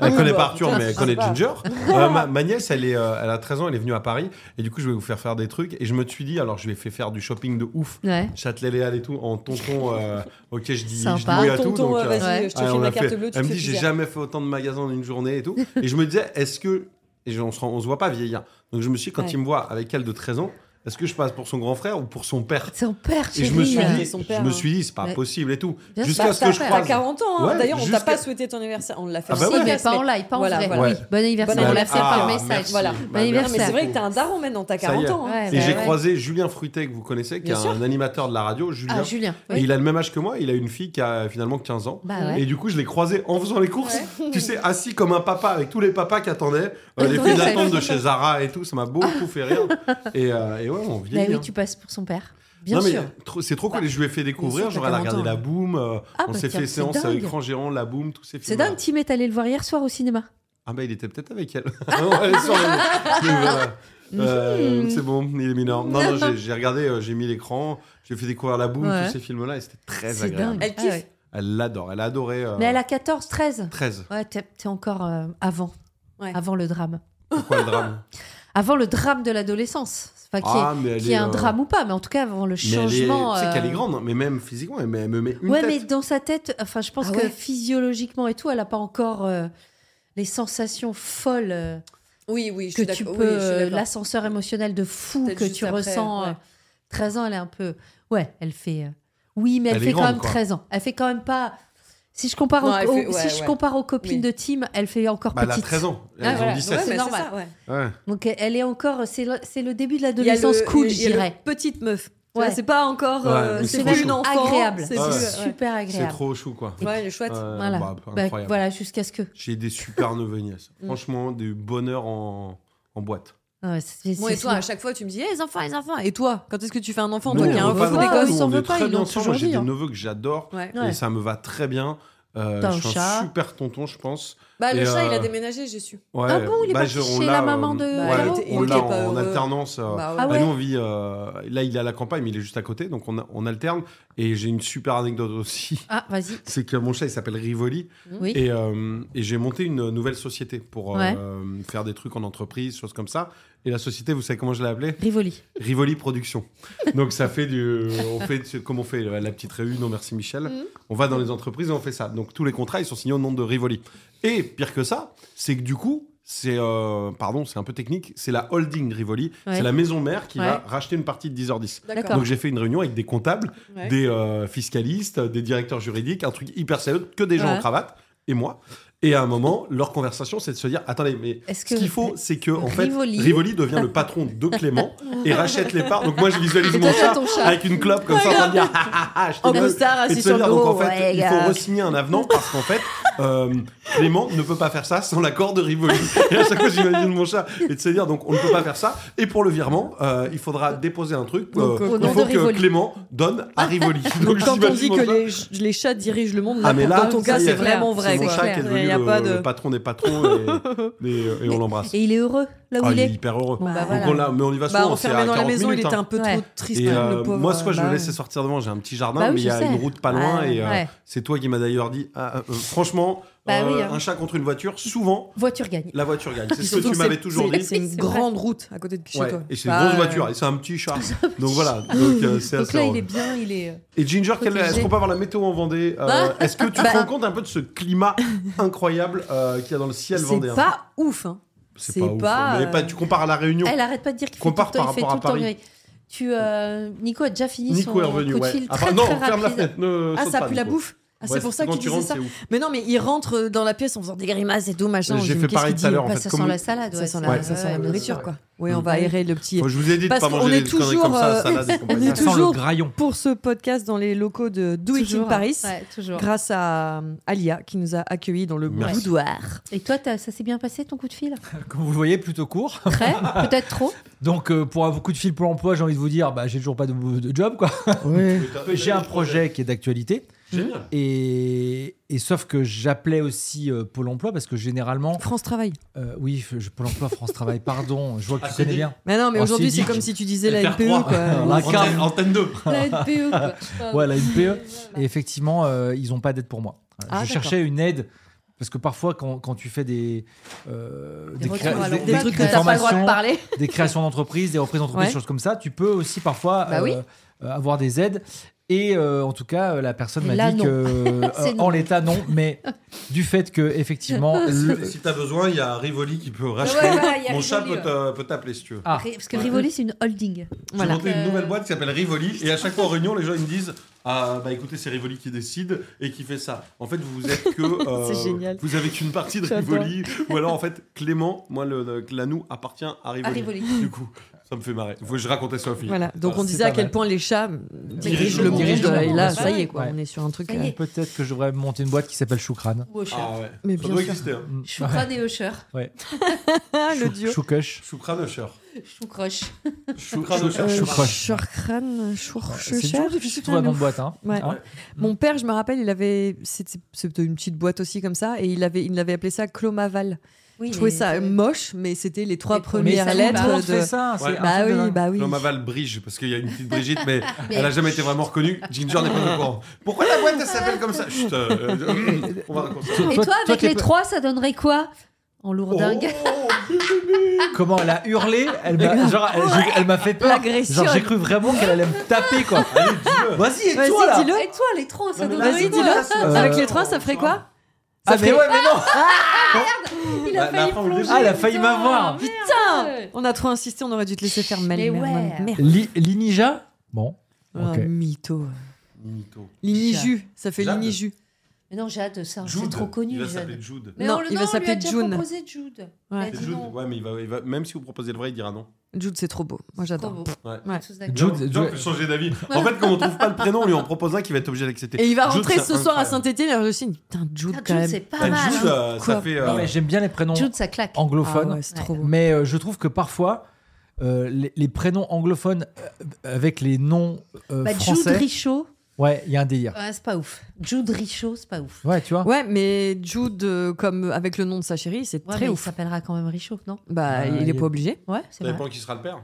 [SPEAKER 1] Elle connaît pas
[SPEAKER 4] bah,
[SPEAKER 1] Arthur,
[SPEAKER 4] putain,
[SPEAKER 1] mais elle
[SPEAKER 4] je
[SPEAKER 1] connaît
[SPEAKER 4] sais pas. *laughs*
[SPEAKER 1] Ginger. Euh, ma, ma nièce, elle, est, euh, elle a 13 ans, elle est venue à Paris. Et du coup, je vais vous faire faire des trucs. Et je me suis dit, alors je lui ai fait faire du shopping de ouf.
[SPEAKER 2] Ouais.
[SPEAKER 1] Châtelet-Léal et tout, en tonton.
[SPEAKER 4] *laughs*
[SPEAKER 1] euh, ok, je dis, je dis
[SPEAKER 2] Sympa.
[SPEAKER 1] oui à tout.
[SPEAKER 4] Tonton,
[SPEAKER 1] donc,
[SPEAKER 4] euh,
[SPEAKER 1] euh,
[SPEAKER 4] vas-y,
[SPEAKER 2] ouais.
[SPEAKER 4] je te
[SPEAKER 1] ouais,
[SPEAKER 4] file
[SPEAKER 1] on
[SPEAKER 4] ma
[SPEAKER 1] a
[SPEAKER 4] carte
[SPEAKER 1] fait-
[SPEAKER 4] bleue, tu
[SPEAKER 1] Elle
[SPEAKER 4] me
[SPEAKER 1] me dit,
[SPEAKER 4] fais
[SPEAKER 1] j'ai
[SPEAKER 4] plaisir.
[SPEAKER 1] jamais fait autant de magasins en une journée et tout. Et je me disais, est-ce que. Et je- on se, rend- on se voit pas vieillir. Donc je me suis dit, quand
[SPEAKER 4] Ouais.
[SPEAKER 1] il me voit avec elle de 13 ans, est-ce que je passe pour son grand frère ou pour son père
[SPEAKER 2] C'est en père,
[SPEAKER 1] Et
[SPEAKER 2] chérie.
[SPEAKER 1] je me suis
[SPEAKER 4] euh,
[SPEAKER 1] dit,
[SPEAKER 4] son
[SPEAKER 1] je
[SPEAKER 4] père,
[SPEAKER 1] me
[SPEAKER 4] hein.
[SPEAKER 1] suis dit, c'est pas
[SPEAKER 2] Ouais.
[SPEAKER 1] possible et tout.
[SPEAKER 2] Bien sûr.
[SPEAKER 1] Jusqu'à ce
[SPEAKER 4] Bah,
[SPEAKER 1] que je
[SPEAKER 4] t'as-
[SPEAKER 2] croise.
[SPEAKER 4] T'as 40 ans, hein.
[SPEAKER 1] Ouais,
[SPEAKER 4] d'ailleurs, on t'a
[SPEAKER 1] jusqu'à-
[SPEAKER 4] pas souhaité ton anniversaire. On l'a fait
[SPEAKER 1] Ah bah
[SPEAKER 4] sur
[SPEAKER 2] Si,
[SPEAKER 1] ouais.
[SPEAKER 2] mais
[SPEAKER 4] place,
[SPEAKER 2] pas en live, pas en
[SPEAKER 4] Voilà,
[SPEAKER 2] vrai.
[SPEAKER 4] voilà.
[SPEAKER 2] Oui, bon anniversaire,
[SPEAKER 4] Bon
[SPEAKER 2] on l'a
[SPEAKER 4] anniversaire.
[SPEAKER 2] fait par
[SPEAKER 4] Ah,
[SPEAKER 2] message.
[SPEAKER 1] merci.
[SPEAKER 4] Voilà.
[SPEAKER 1] Bah,
[SPEAKER 4] Bon anniversaire. Mais
[SPEAKER 1] merci
[SPEAKER 4] c'est vrai
[SPEAKER 1] beaucoup.
[SPEAKER 4] que t'es un daron maintenant, t'as
[SPEAKER 1] Ça y est.
[SPEAKER 4] 40 ans. hein.
[SPEAKER 2] Ouais,
[SPEAKER 1] Et
[SPEAKER 2] bah
[SPEAKER 1] j'ai
[SPEAKER 2] ouais.
[SPEAKER 1] croisé Julien Fruité, que vous connaissez, qui est
[SPEAKER 4] Bien sûr.
[SPEAKER 1] un animateur de la radio, Julien.
[SPEAKER 2] Ah, Julien.
[SPEAKER 1] Et
[SPEAKER 2] oui.
[SPEAKER 1] il a le même âge que moi, il a une fille qui a finalement 15 ans.
[SPEAKER 2] Bah ouais.
[SPEAKER 1] Et du coup, je l'ai croisé en faisant les courses, tu sais, assis comme un papa avec tous les papas qui attendaient, euh, les filles d'attente de chez Zara et tout, ça m'a beaucoup fait
[SPEAKER 2] *laughs*
[SPEAKER 1] rire. Et, euh, et ouais, on
[SPEAKER 2] Bah
[SPEAKER 1] vieillit.
[SPEAKER 2] oui,
[SPEAKER 1] hein.
[SPEAKER 2] tu passes pour son père. Bien
[SPEAKER 1] Non, mais
[SPEAKER 2] sûr. Bah,
[SPEAKER 1] trop- c'est trop cool, et je lui ai fait découvrir,
[SPEAKER 4] sûr,
[SPEAKER 1] genre
[SPEAKER 4] t'as
[SPEAKER 1] elle a
[SPEAKER 4] 40
[SPEAKER 1] regardé
[SPEAKER 4] ans.
[SPEAKER 1] la boom, euh,
[SPEAKER 2] Ah,
[SPEAKER 1] on
[SPEAKER 2] bah
[SPEAKER 1] s'est
[SPEAKER 2] tiens,
[SPEAKER 1] fait
[SPEAKER 2] c'est
[SPEAKER 1] séance à
[SPEAKER 2] dingue.
[SPEAKER 1] écran géant, la boom, tous ces films.
[SPEAKER 2] C'est dingue, Tim est allé le voir hier soir au cinéma.
[SPEAKER 1] Ah bah il était peut-être avec
[SPEAKER 2] *laughs*
[SPEAKER 1] elle. Ah Ouais, sur le- Mais voilà. Euh,
[SPEAKER 2] Mhm.
[SPEAKER 1] c'est bon, il est mineur. Non, non, j'ai- j'ai regardé, euh, j'ai mis l'écran, j'ai fait découvrir la boum,
[SPEAKER 2] Ouais.
[SPEAKER 1] tous ces films-là, et c'était très
[SPEAKER 2] C'est
[SPEAKER 1] agréable.
[SPEAKER 2] dingue.
[SPEAKER 4] Elle
[SPEAKER 2] Ah
[SPEAKER 4] kiffe.
[SPEAKER 2] ouais.
[SPEAKER 1] Elle l'adore, elle a adoré. euh,
[SPEAKER 2] Mais elle a 14, 13.
[SPEAKER 1] 13.
[SPEAKER 2] Ouais, t'es t'es encore euh, avant.
[SPEAKER 4] Ouais.
[SPEAKER 2] Avant le drame.
[SPEAKER 1] Pourquoi le
[SPEAKER 2] *laughs*
[SPEAKER 1] drame
[SPEAKER 2] Avant le drame de l'adolescence. Enfin, qui est,
[SPEAKER 1] mais elle
[SPEAKER 2] qui est un
[SPEAKER 1] euh,
[SPEAKER 2] drame ou pas, mais en tout cas avant le
[SPEAKER 1] mais elle est-
[SPEAKER 2] changement.
[SPEAKER 1] Tu sais qu'elle est
[SPEAKER 2] euh,
[SPEAKER 1] grande, hein, mais même physiquement, elle me elle me met une
[SPEAKER 2] Ouais, mais
[SPEAKER 1] tête.
[SPEAKER 2] dans sa tête, enfin, je pense
[SPEAKER 4] Ah
[SPEAKER 2] que
[SPEAKER 4] ouais.
[SPEAKER 2] physiologiquement et tout, elle n'a pas encore euh, les sensations folles euh,
[SPEAKER 4] Oui, oui, je
[SPEAKER 2] que
[SPEAKER 4] suis
[SPEAKER 2] tu
[SPEAKER 4] d'accord.
[SPEAKER 2] peux,
[SPEAKER 4] Oui, je suis
[SPEAKER 2] euh,
[SPEAKER 4] d'accord.
[SPEAKER 2] l'ascenseur émotionnel de fou
[SPEAKER 4] Peut-être
[SPEAKER 2] que
[SPEAKER 4] juste
[SPEAKER 2] tu
[SPEAKER 4] après,
[SPEAKER 2] ressens. euh,
[SPEAKER 4] ouais.
[SPEAKER 2] 13 ans, elle est un peu. Ouais, elle fait. euh, Oui, mais elle,
[SPEAKER 1] Elle est
[SPEAKER 2] fait quand
[SPEAKER 1] grande,
[SPEAKER 2] même
[SPEAKER 1] quoi.
[SPEAKER 2] 13 ans. Elle fait quand même pas. Si je compare,
[SPEAKER 4] Non,
[SPEAKER 2] au-
[SPEAKER 4] elle fait-
[SPEAKER 2] au-
[SPEAKER 4] ouais,
[SPEAKER 2] si je
[SPEAKER 4] ouais.
[SPEAKER 2] compare aux copines
[SPEAKER 4] Oui.
[SPEAKER 2] de Tim, elle fait encore
[SPEAKER 1] Bah, elle a
[SPEAKER 2] petite.
[SPEAKER 1] 13 ans, elles
[SPEAKER 2] Ah,
[SPEAKER 1] ont
[SPEAKER 2] voilà.
[SPEAKER 1] 17.
[SPEAKER 4] Ouais, mais
[SPEAKER 2] c'est normal.
[SPEAKER 4] ça, ouais.
[SPEAKER 1] Ouais.
[SPEAKER 2] Donc elle- elle est encore. C'est le, c'est le début de
[SPEAKER 4] Il y a
[SPEAKER 2] l'adolescence
[SPEAKER 4] le-
[SPEAKER 2] cool,
[SPEAKER 4] il
[SPEAKER 2] je
[SPEAKER 4] y a le
[SPEAKER 2] dirais.
[SPEAKER 4] Petite meuf.
[SPEAKER 2] Ouais.
[SPEAKER 4] Ouais. C'est pas encore.
[SPEAKER 1] Ouais,
[SPEAKER 4] euh,
[SPEAKER 1] mais
[SPEAKER 4] c'est
[SPEAKER 1] c'est trop
[SPEAKER 4] plus une
[SPEAKER 1] chaud.
[SPEAKER 4] enfant.
[SPEAKER 2] agréable.
[SPEAKER 4] C'est
[SPEAKER 1] Ouais.
[SPEAKER 4] plus- ouais.
[SPEAKER 2] Super
[SPEAKER 1] C'est
[SPEAKER 2] agréable.
[SPEAKER 1] trop chou, quoi.
[SPEAKER 4] Ouais, elle est chouette.
[SPEAKER 1] Euh,
[SPEAKER 2] Voilà.
[SPEAKER 1] bah,
[SPEAKER 2] Bah,
[SPEAKER 1] incroyable.
[SPEAKER 2] voilà, jusqu'à ce que.
[SPEAKER 1] J'ai des
[SPEAKER 2] *laughs*
[SPEAKER 1] super neveux-nièces.
[SPEAKER 4] Mm.
[SPEAKER 1] Franchement, du bonheur en, en boîte.
[SPEAKER 2] Ah ouais, c'est-
[SPEAKER 4] Bon,
[SPEAKER 2] c'est
[SPEAKER 4] et toi, à
[SPEAKER 2] souvent-
[SPEAKER 4] chaque fois, tu me dis, Eh, les enfants, les enfants. Et toi, quand est-ce que tu fais un enfant
[SPEAKER 1] Nous,
[SPEAKER 4] Toi
[SPEAKER 2] Ouais,
[SPEAKER 4] qui as
[SPEAKER 1] on
[SPEAKER 4] un
[SPEAKER 2] veut
[SPEAKER 4] enfant,
[SPEAKER 2] pas,
[SPEAKER 4] des
[SPEAKER 2] nous,
[SPEAKER 4] gosses.
[SPEAKER 2] on
[SPEAKER 1] on
[SPEAKER 2] veut
[SPEAKER 1] est
[SPEAKER 2] pas,
[SPEAKER 1] très
[SPEAKER 2] ils
[SPEAKER 1] bien
[SPEAKER 2] l'ont
[SPEAKER 1] ensemble.
[SPEAKER 2] toujours
[SPEAKER 1] Moi, j'ai
[SPEAKER 2] dit,
[SPEAKER 1] des
[SPEAKER 2] hein.
[SPEAKER 1] neveux que j'adore.
[SPEAKER 4] Ouais.
[SPEAKER 2] Ouais.
[SPEAKER 1] Et ça me va très bien. Euh,
[SPEAKER 2] T'as
[SPEAKER 1] je
[SPEAKER 2] un
[SPEAKER 1] suis
[SPEAKER 2] chat.
[SPEAKER 1] un super tonton, je pense.
[SPEAKER 4] Bah, le
[SPEAKER 1] Et,
[SPEAKER 4] chat, il a
[SPEAKER 1] euh,
[SPEAKER 4] déménagé, j'ai su.
[SPEAKER 1] Ouais,
[SPEAKER 2] Ah bon, il est
[SPEAKER 1] bah,
[SPEAKER 2] parti
[SPEAKER 1] je- on
[SPEAKER 2] chez
[SPEAKER 1] l'a,
[SPEAKER 2] la
[SPEAKER 1] euh,
[SPEAKER 2] maman de
[SPEAKER 1] ouais,
[SPEAKER 4] Caro
[SPEAKER 1] on-
[SPEAKER 4] Il
[SPEAKER 1] on
[SPEAKER 4] était
[SPEAKER 1] l'a
[SPEAKER 4] pas
[SPEAKER 1] en
[SPEAKER 4] heureux.
[SPEAKER 1] alternance. euh,
[SPEAKER 4] Bah,
[SPEAKER 2] Ah
[SPEAKER 1] bah,
[SPEAKER 2] ouais.
[SPEAKER 1] nous, on vit. euh, là, il est à la campagne, mais il est juste à côté, donc on, a- on alterne. Et j'ai une super anecdote aussi.
[SPEAKER 2] Ah, Mmh. vas-y.
[SPEAKER 1] *laughs* C'est que mon chat, il s'appelle Rivoli.
[SPEAKER 2] Oui.
[SPEAKER 1] Et, euh, et j'ai monté une nouvelle société pour euh,
[SPEAKER 2] Ouais.
[SPEAKER 1] euh, faire des trucs en entreprise, choses comme ça. Et la société, vous savez comment je l'ai appelée
[SPEAKER 2] Rivoli.
[SPEAKER 1] Rivoli Productions. Donc ça fait du, on fait ce- comme on fait la la petite réunion. Merci Michel.
[SPEAKER 2] Mhm.
[SPEAKER 1] On va dans les entreprises et on fait ça. Donc tous les contrats ils sont signés au nom de Rivoli. Et pire que ça, c'est que du coup, c'est euh, pardon, c'est un peu technique. C'est la holding Rivoli.
[SPEAKER 2] Ouais.
[SPEAKER 1] C'est la maison mère qui
[SPEAKER 2] Ouais.
[SPEAKER 1] va racheter une partie de 10h10.
[SPEAKER 2] D'accord.
[SPEAKER 1] Donc j'ai fait une réunion avec des comptables,
[SPEAKER 4] Ouais.
[SPEAKER 1] des euh, fiscalistes, des directeurs juridiques, un truc hyper sérieux, que des gens
[SPEAKER 2] Ouais.
[SPEAKER 1] en cravate et moi. Et à un moment, leur conversation, c'est de se dire attendez, mais
[SPEAKER 2] Est-ce
[SPEAKER 1] ce
[SPEAKER 2] que-
[SPEAKER 1] qu'il faut, c'est que en fait,
[SPEAKER 2] Rivoli-
[SPEAKER 1] Rivoli devient le patron de Clément
[SPEAKER 4] *laughs*
[SPEAKER 1] et rachète les parts. Donc moi, je visualise
[SPEAKER 2] Et
[SPEAKER 1] mon
[SPEAKER 2] toi, t'as
[SPEAKER 1] chat,
[SPEAKER 2] ton chat.
[SPEAKER 1] avec une clope comme ça, en train de dire ah, ah, ah, je te
[SPEAKER 4] En
[SPEAKER 1] gueule.
[SPEAKER 4] costard,
[SPEAKER 1] Et de
[SPEAKER 4] assis
[SPEAKER 1] se
[SPEAKER 4] sur le
[SPEAKER 1] dire, donc en
[SPEAKER 4] bureau,
[SPEAKER 1] fait,
[SPEAKER 4] ouais,
[SPEAKER 1] il
[SPEAKER 4] gars.
[SPEAKER 1] faut re-signer un avenant parce qu'en fait, euh, Clément ne peut pas faire ça sans l'accord de Rivoli. Et à chaque fois, j'imagine mon chat et de se dire donc on ne peut pas faire ça. Et pour le virement, euh, il faudra déposer un truc.
[SPEAKER 4] Donc,
[SPEAKER 1] euh,
[SPEAKER 2] au
[SPEAKER 1] il
[SPEAKER 2] nom
[SPEAKER 1] faut
[SPEAKER 2] de
[SPEAKER 1] que
[SPEAKER 2] Rivoli.
[SPEAKER 1] Clément donne à
[SPEAKER 4] *laughs*
[SPEAKER 1] Rivoli.
[SPEAKER 4] Ah, Donc, quand on
[SPEAKER 1] j'imagine
[SPEAKER 4] dit
[SPEAKER 1] mon
[SPEAKER 4] que
[SPEAKER 1] chat-
[SPEAKER 4] les, ch- les chats dirigent le monde,
[SPEAKER 1] ah mais là,
[SPEAKER 4] dans ton
[SPEAKER 1] ça
[SPEAKER 4] cas,
[SPEAKER 1] y est,
[SPEAKER 4] c'est vraiment vrai.
[SPEAKER 1] C'est mon
[SPEAKER 4] quoi.
[SPEAKER 1] chat qui est devenu
[SPEAKER 4] Il y a
[SPEAKER 1] le,
[SPEAKER 4] pas
[SPEAKER 1] le
[SPEAKER 4] de.
[SPEAKER 1] patron des patrons
[SPEAKER 4] *laughs*
[SPEAKER 1] et, et- et on l'embrasse.
[SPEAKER 2] Et il est heureux là où
[SPEAKER 1] Ah,
[SPEAKER 2] il
[SPEAKER 1] il est
[SPEAKER 2] est.
[SPEAKER 1] hyper heureux.
[SPEAKER 2] bah,
[SPEAKER 1] Donc
[SPEAKER 2] voilà.
[SPEAKER 1] on l'a- mais on y va souvent.
[SPEAKER 4] Bah,
[SPEAKER 1] c'est
[SPEAKER 4] enfermé
[SPEAKER 1] à
[SPEAKER 4] dans la
[SPEAKER 1] 40
[SPEAKER 4] maison,
[SPEAKER 1] minutes,
[SPEAKER 4] il était
[SPEAKER 1] hein.
[SPEAKER 4] un peu
[SPEAKER 2] Ouais.
[SPEAKER 4] trop triste,
[SPEAKER 1] Et,
[SPEAKER 4] le
[SPEAKER 1] euh,
[SPEAKER 4] pauvre.
[SPEAKER 1] moi, soit je
[SPEAKER 4] bah
[SPEAKER 1] le
[SPEAKER 4] ouais.
[SPEAKER 1] laissais sortir devant, j'ai un petit jardin,
[SPEAKER 2] Bah oui,
[SPEAKER 1] mais il y
[SPEAKER 2] je
[SPEAKER 1] a
[SPEAKER 2] sais.
[SPEAKER 1] une route pas loin.
[SPEAKER 2] Ouais,
[SPEAKER 1] et euh,
[SPEAKER 2] ouais.
[SPEAKER 1] c'est toi qui m'as d'ailleurs dit, ah, euh, franchement,
[SPEAKER 2] Bah
[SPEAKER 1] euh,
[SPEAKER 2] oui, hein.
[SPEAKER 1] un chat contre une voiture, souvent,
[SPEAKER 2] Voiture gagne.
[SPEAKER 1] la voiture gagne. C'est
[SPEAKER 4] Puis
[SPEAKER 1] ce que
[SPEAKER 4] surtout,
[SPEAKER 1] tu m'avais toujours
[SPEAKER 4] c'est-
[SPEAKER 1] dit.
[SPEAKER 4] C'est une grande route à côté de chez
[SPEAKER 1] Ouais.
[SPEAKER 4] toi.
[SPEAKER 1] Et c'est une
[SPEAKER 4] Bah,
[SPEAKER 1] grosse
[SPEAKER 4] euh,
[SPEAKER 1] voiture, et c'est un petit chat. Donc voilà, donc euh, c'est
[SPEAKER 2] Donc
[SPEAKER 1] assez
[SPEAKER 2] là,
[SPEAKER 1] drôle.
[SPEAKER 2] il est bien, il est.
[SPEAKER 1] Et Ginger, quelle-
[SPEAKER 2] protégé.
[SPEAKER 1] est-ce qu'on peut avoir la météo en Vendée Euh,
[SPEAKER 4] Bah.
[SPEAKER 1] Est-ce que tu
[SPEAKER 4] Bah.
[SPEAKER 1] te rends compte un peu de ce climat incroyable euh, qu'il y a dans le ciel vendéen
[SPEAKER 4] C'est pas ouf. hein. c'est
[SPEAKER 1] ouf,
[SPEAKER 4] pas,
[SPEAKER 1] mais
[SPEAKER 4] euh,
[SPEAKER 1] pas- tu compares à la Réunion.
[SPEAKER 2] Elle arrête pas de dire qu'il fait tout
[SPEAKER 1] Compare
[SPEAKER 2] le temps,
[SPEAKER 1] par
[SPEAKER 2] il fait
[SPEAKER 1] rapport
[SPEAKER 2] tout
[SPEAKER 1] à
[SPEAKER 2] le temps
[SPEAKER 1] Paris.
[SPEAKER 2] mieux. Tu, euh, Nico a déjà fini
[SPEAKER 1] Nico
[SPEAKER 2] son
[SPEAKER 1] est revenu.
[SPEAKER 2] coup de
[SPEAKER 1] Ouais.
[SPEAKER 2] fil
[SPEAKER 1] Ah,
[SPEAKER 2] très,
[SPEAKER 1] non,
[SPEAKER 2] très
[SPEAKER 1] ferme la
[SPEAKER 2] rapide.
[SPEAKER 1] fenêtre. Ne,
[SPEAKER 4] Ah,
[SPEAKER 1] saute
[SPEAKER 4] ça
[SPEAKER 1] pas,
[SPEAKER 4] pue la
[SPEAKER 1] Nico.
[SPEAKER 4] bouffe. Ah,
[SPEAKER 1] Ouais,
[SPEAKER 4] c'est pour ça
[SPEAKER 1] quand
[SPEAKER 4] qu'il
[SPEAKER 1] tu
[SPEAKER 4] disait
[SPEAKER 1] rentres,
[SPEAKER 4] ça.
[SPEAKER 1] c'est ouf.
[SPEAKER 4] Mais non, mais il rentre dans la pièce en faisant des grimaces et tout, machin.
[SPEAKER 1] J'ai
[SPEAKER 4] Je me dis,
[SPEAKER 1] fait
[SPEAKER 4] qu'est-ce
[SPEAKER 1] pareil
[SPEAKER 4] qu'il
[SPEAKER 1] tout à
[SPEAKER 4] dit
[SPEAKER 1] l'heure, en
[SPEAKER 2] Bah,
[SPEAKER 1] fait,
[SPEAKER 2] ça
[SPEAKER 1] comme-
[SPEAKER 2] sent la salade, ouais.
[SPEAKER 4] Ça sent la, ça sent la
[SPEAKER 2] ouais,
[SPEAKER 4] nourriture,
[SPEAKER 2] ouais.
[SPEAKER 4] quoi. Oui, on va aérer le petit.
[SPEAKER 1] Faut- Je vous ai dit de
[SPEAKER 4] Parce
[SPEAKER 1] pas
[SPEAKER 4] qu'on
[SPEAKER 1] manger
[SPEAKER 4] est
[SPEAKER 1] des conneries
[SPEAKER 4] toujours,
[SPEAKER 1] comme ça,
[SPEAKER 4] euh,
[SPEAKER 1] salade et compagnie.
[SPEAKER 4] on est
[SPEAKER 6] Ça sent
[SPEAKER 4] toujours-
[SPEAKER 6] le graillon.
[SPEAKER 4] Pour ce podcast dans les locaux de Do It in
[SPEAKER 2] Toujours,
[SPEAKER 4] Paris,
[SPEAKER 2] Ouais, toujours.
[SPEAKER 4] grâce à euh, Alia qui nous a accueillis dans le
[SPEAKER 1] Merci.
[SPEAKER 4] boudoir.
[SPEAKER 2] Et toi, t'as- ça s'est bien passé ton coup de
[SPEAKER 4] *laughs*
[SPEAKER 2] fil
[SPEAKER 6] Comme vous le voyez, plutôt court.
[SPEAKER 2] Très, peut-être trop.
[SPEAKER 6] Donc, euh, pour un coup de fil pour l'emploi, j'ai envie de vous dire, bah, j'ai toujours pas de, de job, quoi. *laughs* J'ai un projet qui est d'actualité.
[SPEAKER 1] Génial.
[SPEAKER 6] Et, et sauf que j'appelais aussi euh, Pôle emploi parce que généralement.
[SPEAKER 4] France Travail.
[SPEAKER 6] euh, oui, je- Pôle emploi, France Travail, pardon, je vois que
[SPEAKER 1] Ah,
[SPEAKER 6] tu
[SPEAKER 1] c'est
[SPEAKER 6] connais
[SPEAKER 1] dit.
[SPEAKER 6] bien.
[SPEAKER 4] Mais non, mais
[SPEAKER 6] Oh,
[SPEAKER 4] aujourd'hui,
[SPEAKER 6] c'est
[SPEAKER 4] c'est
[SPEAKER 6] dit.
[SPEAKER 4] comme si tu disais la
[SPEAKER 1] Faire
[SPEAKER 4] LPE,
[SPEAKER 1] croix.
[SPEAKER 6] *laughs*
[SPEAKER 4] quoi.
[SPEAKER 6] La cave.
[SPEAKER 1] Antenne- Antenne 2.
[SPEAKER 2] La NPE, quoi.
[SPEAKER 6] Ouais, la NPE. Et effectivement, euh, ils n'ont pas d'aide pour moi. Euh,
[SPEAKER 4] Ah,
[SPEAKER 6] je
[SPEAKER 4] d'accord.
[SPEAKER 6] cherchais une aide. Parce que parfois, quand, quand tu fais des, euh,
[SPEAKER 2] Des retours
[SPEAKER 6] créa-
[SPEAKER 2] à
[SPEAKER 6] des-
[SPEAKER 2] l'emploi,
[SPEAKER 6] des
[SPEAKER 2] que
[SPEAKER 6] trucs de
[SPEAKER 2] t'as pas le droit de
[SPEAKER 6] formation,
[SPEAKER 4] parler.
[SPEAKER 6] des créations d'entreprises, des reprises d'entreprises,
[SPEAKER 4] Ouais.
[SPEAKER 6] des choses comme ça, tu peux aussi parfois
[SPEAKER 4] Bah oui.
[SPEAKER 6] euh, euh, avoir des aides. Et euh, en tout cas, euh, la personne
[SPEAKER 2] Et
[SPEAKER 6] m'a
[SPEAKER 2] là,
[SPEAKER 6] dit
[SPEAKER 2] non.
[SPEAKER 6] que euh,
[SPEAKER 2] C'est non.
[SPEAKER 6] en l'état non, mais du fait que
[SPEAKER 1] *laughs*
[SPEAKER 6] effectivement,
[SPEAKER 1] *laughs*
[SPEAKER 6] le-
[SPEAKER 1] Si t'as besoin, il y a Rivoli qui peut racheter.
[SPEAKER 2] Ouais, voilà, il y a
[SPEAKER 1] Mon chat
[SPEAKER 2] Rivoli,
[SPEAKER 1] peut t'a- peut t'appeler si tu veux.
[SPEAKER 6] ah,
[SPEAKER 2] Ré- Parce que Rivoli, c'est une holding.
[SPEAKER 1] J'ai monté
[SPEAKER 4] Euh,
[SPEAKER 1] une nouvelle boîte qui s'appelle Rivoli et à chaque fois en réunion les gens ils me disent ah bah écoutez c'est Rivoli qui décide et qui fait ça. En fait vous êtes
[SPEAKER 4] *laughs*
[SPEAKER 1] que euh,
[SPEAKER 4] C'est génial.
[SPEAKER 1] vous avez qu'une partie de
[SPEAKER 4] J'adore.
[SPEAKER 1] Rivoli ou alors en fait Clément moi le, le- l'anneau appartient à Rivoli.
[SPEAKER 2] Rivoli.
[SPEAKER 1] Du coup ça me fait marrer. Faut que je racontais ça aux filles.
[SPEAKER 4] Voilà. Donc
[SPEAKER 6] Ah,
[SPEAKER 4] on
[SPEAKER 6] c'est
[SPEAKER 4] disait à
[SPEAKER 6] pas
[SPEAKER 4] quel
[SPEAKER 6] mal.
[SPEAKER 4] point les chats euh, dirigent
[SPEAKER 1] le
[SPEAKER 4] le
[SPEAKER 1] monde.
[SPEAKER 4] monde.
[SPEAKER 1] Dirigent le
[SPEAKER 4] Et
[SPEAKER 1] monde,
[SPEAKER 4] là,
[SPEAKER 1] ouais.
[SPEAKER 4] ça y est, quoi.
[SPEAKER 6] Ouais.
[SPEAKER 4] On est sur un truc.
[SPEAKER 2] Ça y
[SPEAKER 4] euh,
[SPEAKER 2] est.
[SPEAKER 6] peut-être que je devrais monter une boîte qui s'appelle Choucrane.
[SPEAKER 2] Ou Usher.
[SPEAKER 1] Ah ouais.
[SPEAKER 4] Mais
[SPEAKER 1] ça
[SPEAKER 4] bien
[SPEAKER 1] doit
[SPEAKER 4] sûr.
[SPEAKER 1] exister. Hein.
[SPEAKER 2] Choukran et Usher.
[SPEAKER 4] Ah, le
[SPEAKER 6] Chou-
[SPEAKER 4] dieu.
[SPEAKER 6] Choukush.
[SPEAKER 4] *laughs*
[SPEAKER 1] Choucranosher.
[SPEAKER 2] Choukroche.
[SPEAKER 1] Choucranosher.
[SPEAKER 4] Euh,
[SPEAKER 6] Choucroche.
[SPEAKER 4] Choucrane,
[SPEAKER 6] C'est toujours difficile de trouver
[SPEAKER 4] Choucrane.
[SPEAKER 6] la bonne boîte. Hein.
[SPEAKER 4] Ouais.
[SPEAKER 6] Hein
[SPEAKER 4] Mon père, je me rappelle, il avait c'était c'était une petite boîte aussi comme ça, et il avait il avait appelé ça Clomaval.
[SPEAKER 2] Oui,
[SPEAKER 4] Je trouvais
[SPEAKER 2] mais-
[SPEAKER 4] ça moche, mais c'était les trois
[SPEAKER 2] Mais
[SPEAKER 4] premières
[SPEAKER 2] ça, tout le
[SPEAKER 4] lettres
[SPEAKER 2] monde
[SPEAKER 4] de.
[SPEAKER 6] fait ça, c'est un
[SPEAKER 4] Bah
[SPEAKER 6] truc de
[SPEAKER 4] oui,
[SPEAKER 6] dingue.
[SPEAKER 4] bah oui.
[SPEAKER 1] L'homme avale Brigitte, parce qu'il y a une petite Brigitte, mais elle a jamais été vraiment reconnue. Ginger n'est pas au courant. Pourquoi la boîte elle s'appelle comme ça Chut, euh, euh, on va raconter ça.
[SPEAKER 2] Et
[SPEAKER 6] Toi-
[SPEAKER 2] toi,
[SPEAKER 6] toi,
[SPEAKER 2] avec
[SPEAKER 6] t'es
[SPEAKER 2] les
[SPEAKER 6] pas-
[SPEAKER 2] trois, ça donnerait quoi En lourdingue.
[SPEAKER 6] Oh. *laughs* Comment elle a hurlé Elle m'a genre, elle- j'ai- elle m'a fait peur.
[SPEAKER 4] L'agression.
[SPEAKER 6] Genre j'ai cru vraiment qu'elle allait me taper quoi. Vas-y, et toi
[SPEAKER 4] Vas-y,
[SPEAKER 6] là.
[SPEAKER 4] dis-le.
[SPEAKER 2] Et toi, les trois, ça
[SPEAKER 1] Oh. Non, mais
[SPEAKER 2] donnerait
[SPEAKER 1] là,
[SPEAKER 4] Vas-y,
[SPEAKER 1] c'est
[SPEAKER 2] quoi
[SPEAKER 1] bon, là,
[SPEAKER 4] dis-le.
[SPEAKER 1] c'est-
[SPEAKER 4] Ah, Avec les
[SPEAKER 1] euh,
[SPEAKER 4] trois, ça ferait quoi
[SPEAKER 6] Ah
[SPEAKER 4] Ça
[SPEAKER 6] mais
[SPEAKER 4] fait-
[SPEAKER 6] ouais, mais non.
[SPEAKER 2] Il
[SPEAKER 1] Là, là,
[SPEAKER 2] a failli
[SPEAKER 1] Bah, après, on le
[SPEAKER 2] plonger.
[SPEAKER 6] Ah, elle a failli
[SPEAKER 2] putain,
[SPEAKER 6] m'avoir.
[SPEAKER 2] merde.
[SPEAKER 4] On a trop insisté, on aurait dû te laisser faire mal.
[SPEAKER 2] Mais
[SPEAKER 4] merde,
[SPEAKER 2] ouais.
[SPEAKER 4] merde, Merde.
[SPEAKER 6] Li- Linija Bon.
[SPEAKER 4] Ah,
[SPEAKER 6] Ok.
[SPEAKER 4] mytho.
[SPEAKER 1] Mytho.
[SPEAKER 4] Liniju, ça fait
[SPEAKER 1] Jade.
[SPEAKER 4] Liniju.
[SPEAKER 2] Mais non, Jade, ça, c'est
[SPEAKER 1] Jude.
[SPEAKER 2] trop
[SPEAKER 1] Il
[SPEAKER 2] connu,
[SPEAKER 1] va
[SPEAKER 2] Jade.
[SPEAKER 1] s'appeler Jude.
[SPEAKER 2] Mais
[SPEAKER 4] Non,
[SPEAKER 2] on le-
[SPEAKER 4] il va
[SPEAKER 2] on lui a
[SPEAKER 4] s'appeler
[SPEAKER 2] déjà
[SPEAKER 4] Jude.
[SPEAKER 2] proposé Jude. Il
[SPEAKER 4] Ouais.
[SPEAKER 2] a
[SPEAKER 1] C'est
[SPEAKER 2] dit
[SPEAKER 1] Jude,
[SPEAKER 2] non.
[SPEAKER 1] ouais, mais il va, il va- même si vous proposez le vrai, il dira non.
[SPEAKER 4] Jude, c'est trop beau. Moi,
[SPEAKER 2] Trop
[SPEAKER 4] j'adore.
[SPEAKER 2] beau.
[SPEAKER 1] Ouais.
[SPEAKER 4] Ouais.
[SPEAKER 2] Tous d'accord.
[SPEAKER 6] Jude,
[SPEAKER 1] Jean peut changer d'avis. En fait, comme on trouve pas le prénom, on lui en propose un qui va être obligé d'accepter.
[SPEAKER 4] Et il va
[SPEAKER 1] Jude,
[SPEAKER 4] rentrer
[SPEAKER 1] c'est
[SPEAKER 4] ce soir à
[SPEAKER 1] incroyable.
[SPEAKER 4] Saint-Etienne. Alors, je signe, putain, Jude,
[SPEAKER 2] Ah,
[SPEAKER 4] quand
[SPEAKER 2] Jude,
[SPEAKER 4] même.
[SPEAKER 2] c'est pas
[SPEAKER 1] Ah,
[SPEAKER 2] mal.
[SPEAKER 1] Jude,
[SPEAKER 2] hein.
[SPEAKER 1] euh, ça
[SPEAKER 4] Quoi
[SPEAKER 1] fait.
[SPEAKER 6] Non,
[SPEAKER 1] euh,
[SPEAKER 6] mais J'aime bien les prénoms
[SPEAKER 2] Jude, ça claque.
[SPEAKER 4] Ah
[SPEAKER 6] anglophones,
[SPEAKER 4] ouais, c'est trop beau.
[SPEAKER 6] mais euh, je trouve que parfois euh, les, les prénoms anglophones euh, avec les noms euh,
[SPEAKER 2] Bah, Jude
[SPEAKER 6] français,
[SPEAKER 2] Richaud,
[SPEAKER 6] ouais, il y a un délire.
[SPEAKER 2] ouais, c'est pas ouf. Jude Richaud, c'est pas ouf.
[SPEAKER 6] Ouais, tu vois.
[SPEAKER 4] Ouais, mais Jude, euh, comme avec le nom de sa chérie, c'est
[SPEAKER 2] Ouais,
[SPEAKER 4] très
[SPEAKER 2] mais il
[SPEAKER 4] ouf.
[SPEAKER 2] s'appellera quand même Richaud, non
[SPEAKER 4] Bah,
[SPEAKER 6] Ah,
[SPEAKER 4] il est
[SPEAKER 6] il est-
[SPEAKER 4] pas obligé.
[SPEAKER 2] Ouais, c'est
[SPEAKER 1] Ça
[SPEAKER 2] vrai.
[SPEAKER 1] dépend qui sera le père.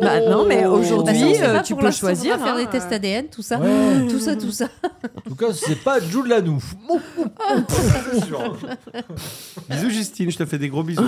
[SPEAKER 4] Bah non, mais
[SPEAKER 6] Oh.
[SPEAKER 4] aujourd'hui,
[SPEAKER 2] Bah, ça, on sait
[SPEAKER 4] euh,
[SPEAKER 2] pas
[SPEAKER 4] tu
[SPEAKER 2] pour
[SPEAKER 4] peux
[SPEAKER 2] l'instant,
[SPEAKER 4] choisir,
[SPEAKER 2] faudra faire
[SPEAKER 4] hein.
[SPEAKER 2] des tests ADN, tout ça.
[SPEAKER 6] Ouais.
[SPEAKER 2] Tout ça, tout ça.
[SPEAKER 6] En tout cas, c'est pas Jude Lanou.
[SPEAKER 1] C'est sûr. bisous, Justine, je te fais des gros bisous.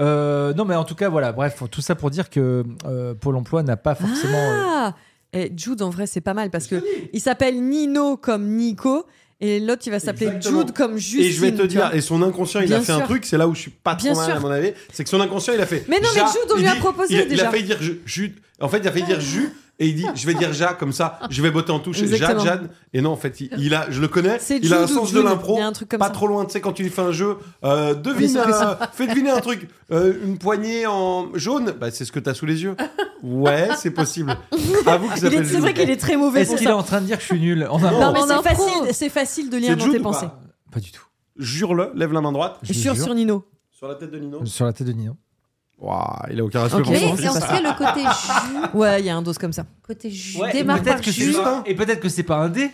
[SPEAKER 6] Euh, non, mais en tout cas, voilà. Bref, tout ça pour dire que euh, Pôle Emploi n'a pas forcément. euh,
[SPEAKER 4] Ah Et Jude, en vrai, c'est pas mal parce que il s'appelle Nino comme Nico et l'autre, il va s'appeler
[SPEAKER 1] Exactement.
[SPEAKER 4] Jude comme Justine.
[SPEAKER 1] Et je vais te
[SPEAKER 4] tu
[SPEAKER 1] dire,
[SPEAKER 4] vois.
[SPEAKER 1] et son inconscient, il
[SPEAKER 4] Bien
[SPEAKER 1] a fait
[SPEAKER 4] sûr.
[SPEAKER 1] un truc, c'est là où je suis pas trop
[SPEAKER 4] Bien
[SPEAKER 1] mal
[SPEAKER 4] sûr.
[SPEAKER 1] à mon avis, c'est que son inconscient, il a fait.
[SPEAKER 4] Mais non, mais
[SPEAKER 1] Ja,
[SPEAKER 4] Jude, on
[SPEAKER 1] il
[SPEAKER 4] lui a
[SPEAKER 1] dit-
[SPEAKER 4] proposé
[SPEAKER 1] il a- Il
[SPEAKER 4] déjà.
[SPEAKER 1] a failli dire Ju- Jude. En fait, il a failli dire Jude et il dit je vais dire Ja comme ça, je vais botter en touche. Ja,
[SPEAKER 4] Exactement.
[SPEAKER 1] Jad. Et non, en fait, il, il a, je le connais,
[SPEAKER 4] C'est
[SPEAKER 1] il a un
[SPEAKER 4] Jude ou
[SPEAKER 1] sens de
[SPEAKER 4] Jude.
[SPEAKER 1] l'impro.
[SPEAKER 4] Il y a un truc comme
[SPEAKER 1] Pas
[SPEAKER 4] ça.
[SPEAKER 1] trop loin, tu sais, quand tu lui fais un jeu, euh, devine,
[SPEAKER 4] c'est que
[SPEAKER 1] euh, fais deviner un truc. Euh, une poignée en jaune, bah, c'est ce que t'as sous les yeux. Ouais, c'est possible. Avoue que ça
[SPEAKER 4] Il est-
[SPEAKER 1] s'appelle
[SPEAKER 4] C'est vrai
[SPEAKER 1] Jude.
[SPEAKER 4] qu'il est très mauvais
[SPEAKER 6] Est-ce
[SPEAKER 4] pour
[SPEAKER 6] qu'il est
[SPEAKER 4] ça.
[SPEAKER 6] en train de dire que je suis nul en impro
[SPEAKER 4] Non, mais
[SPEAKER 2] En
[SPEAKER 4] c'est
[SPEAKER 2] impro.
[SPEAKER 4] facile, c'est facile de lire
[SPEAKER 1] C'est
[SPEAKER 4] dans
[SPEAKER 1] Jude
[SPEAKER 4] tes
[SPEAKER 1] ou pas
[SPEAKER 4] pensées.
[SPEAKER 6] Pas du tout.
[SPEAKER 1] Jure-le, lève la main droite.
[SPEAKER 6] Je
[SPEAKER 4] Jure
[SPEAKER 6] jure.
[SPEAKER 4] sur Nino.
[SPEAKER 1] Sur la tête de Nino.
[SPEAKER 6] Sur la tête de Nino.
[SPEAKER 1] Waouh, il a aucun respect
[SPEAKER 4] Ok.
[SPEAKER 1] pour
[SPEAKER 2] Mais
[SPEAKER 1] son
[SPEAKER 4] on
[SPEAKER 2] en
[SPEAKER 4] fait
[SPEAKER 2] tout
[SPEAKER 1] fils.
[SPEAKER 4] ça.
[SPEAKER 2] cas, le côté
[SPEAKER 1] Ah.
[SPEAKER 2] jus,
[SPEAKER 4] Ouais, il y a un dos comme ça.
[SPEAKER 2] côté jus
[SPEAKER 6] Ouais, et
[SPEAKER 2] démarre
[SPEAKER 6] peut-être
[SPEAKER 2] par
[SPEAKER 6] que c'est
[SPEAKER 2] jus.
[SPEAKER 6] pas- Et peut-être que c'est pas un D.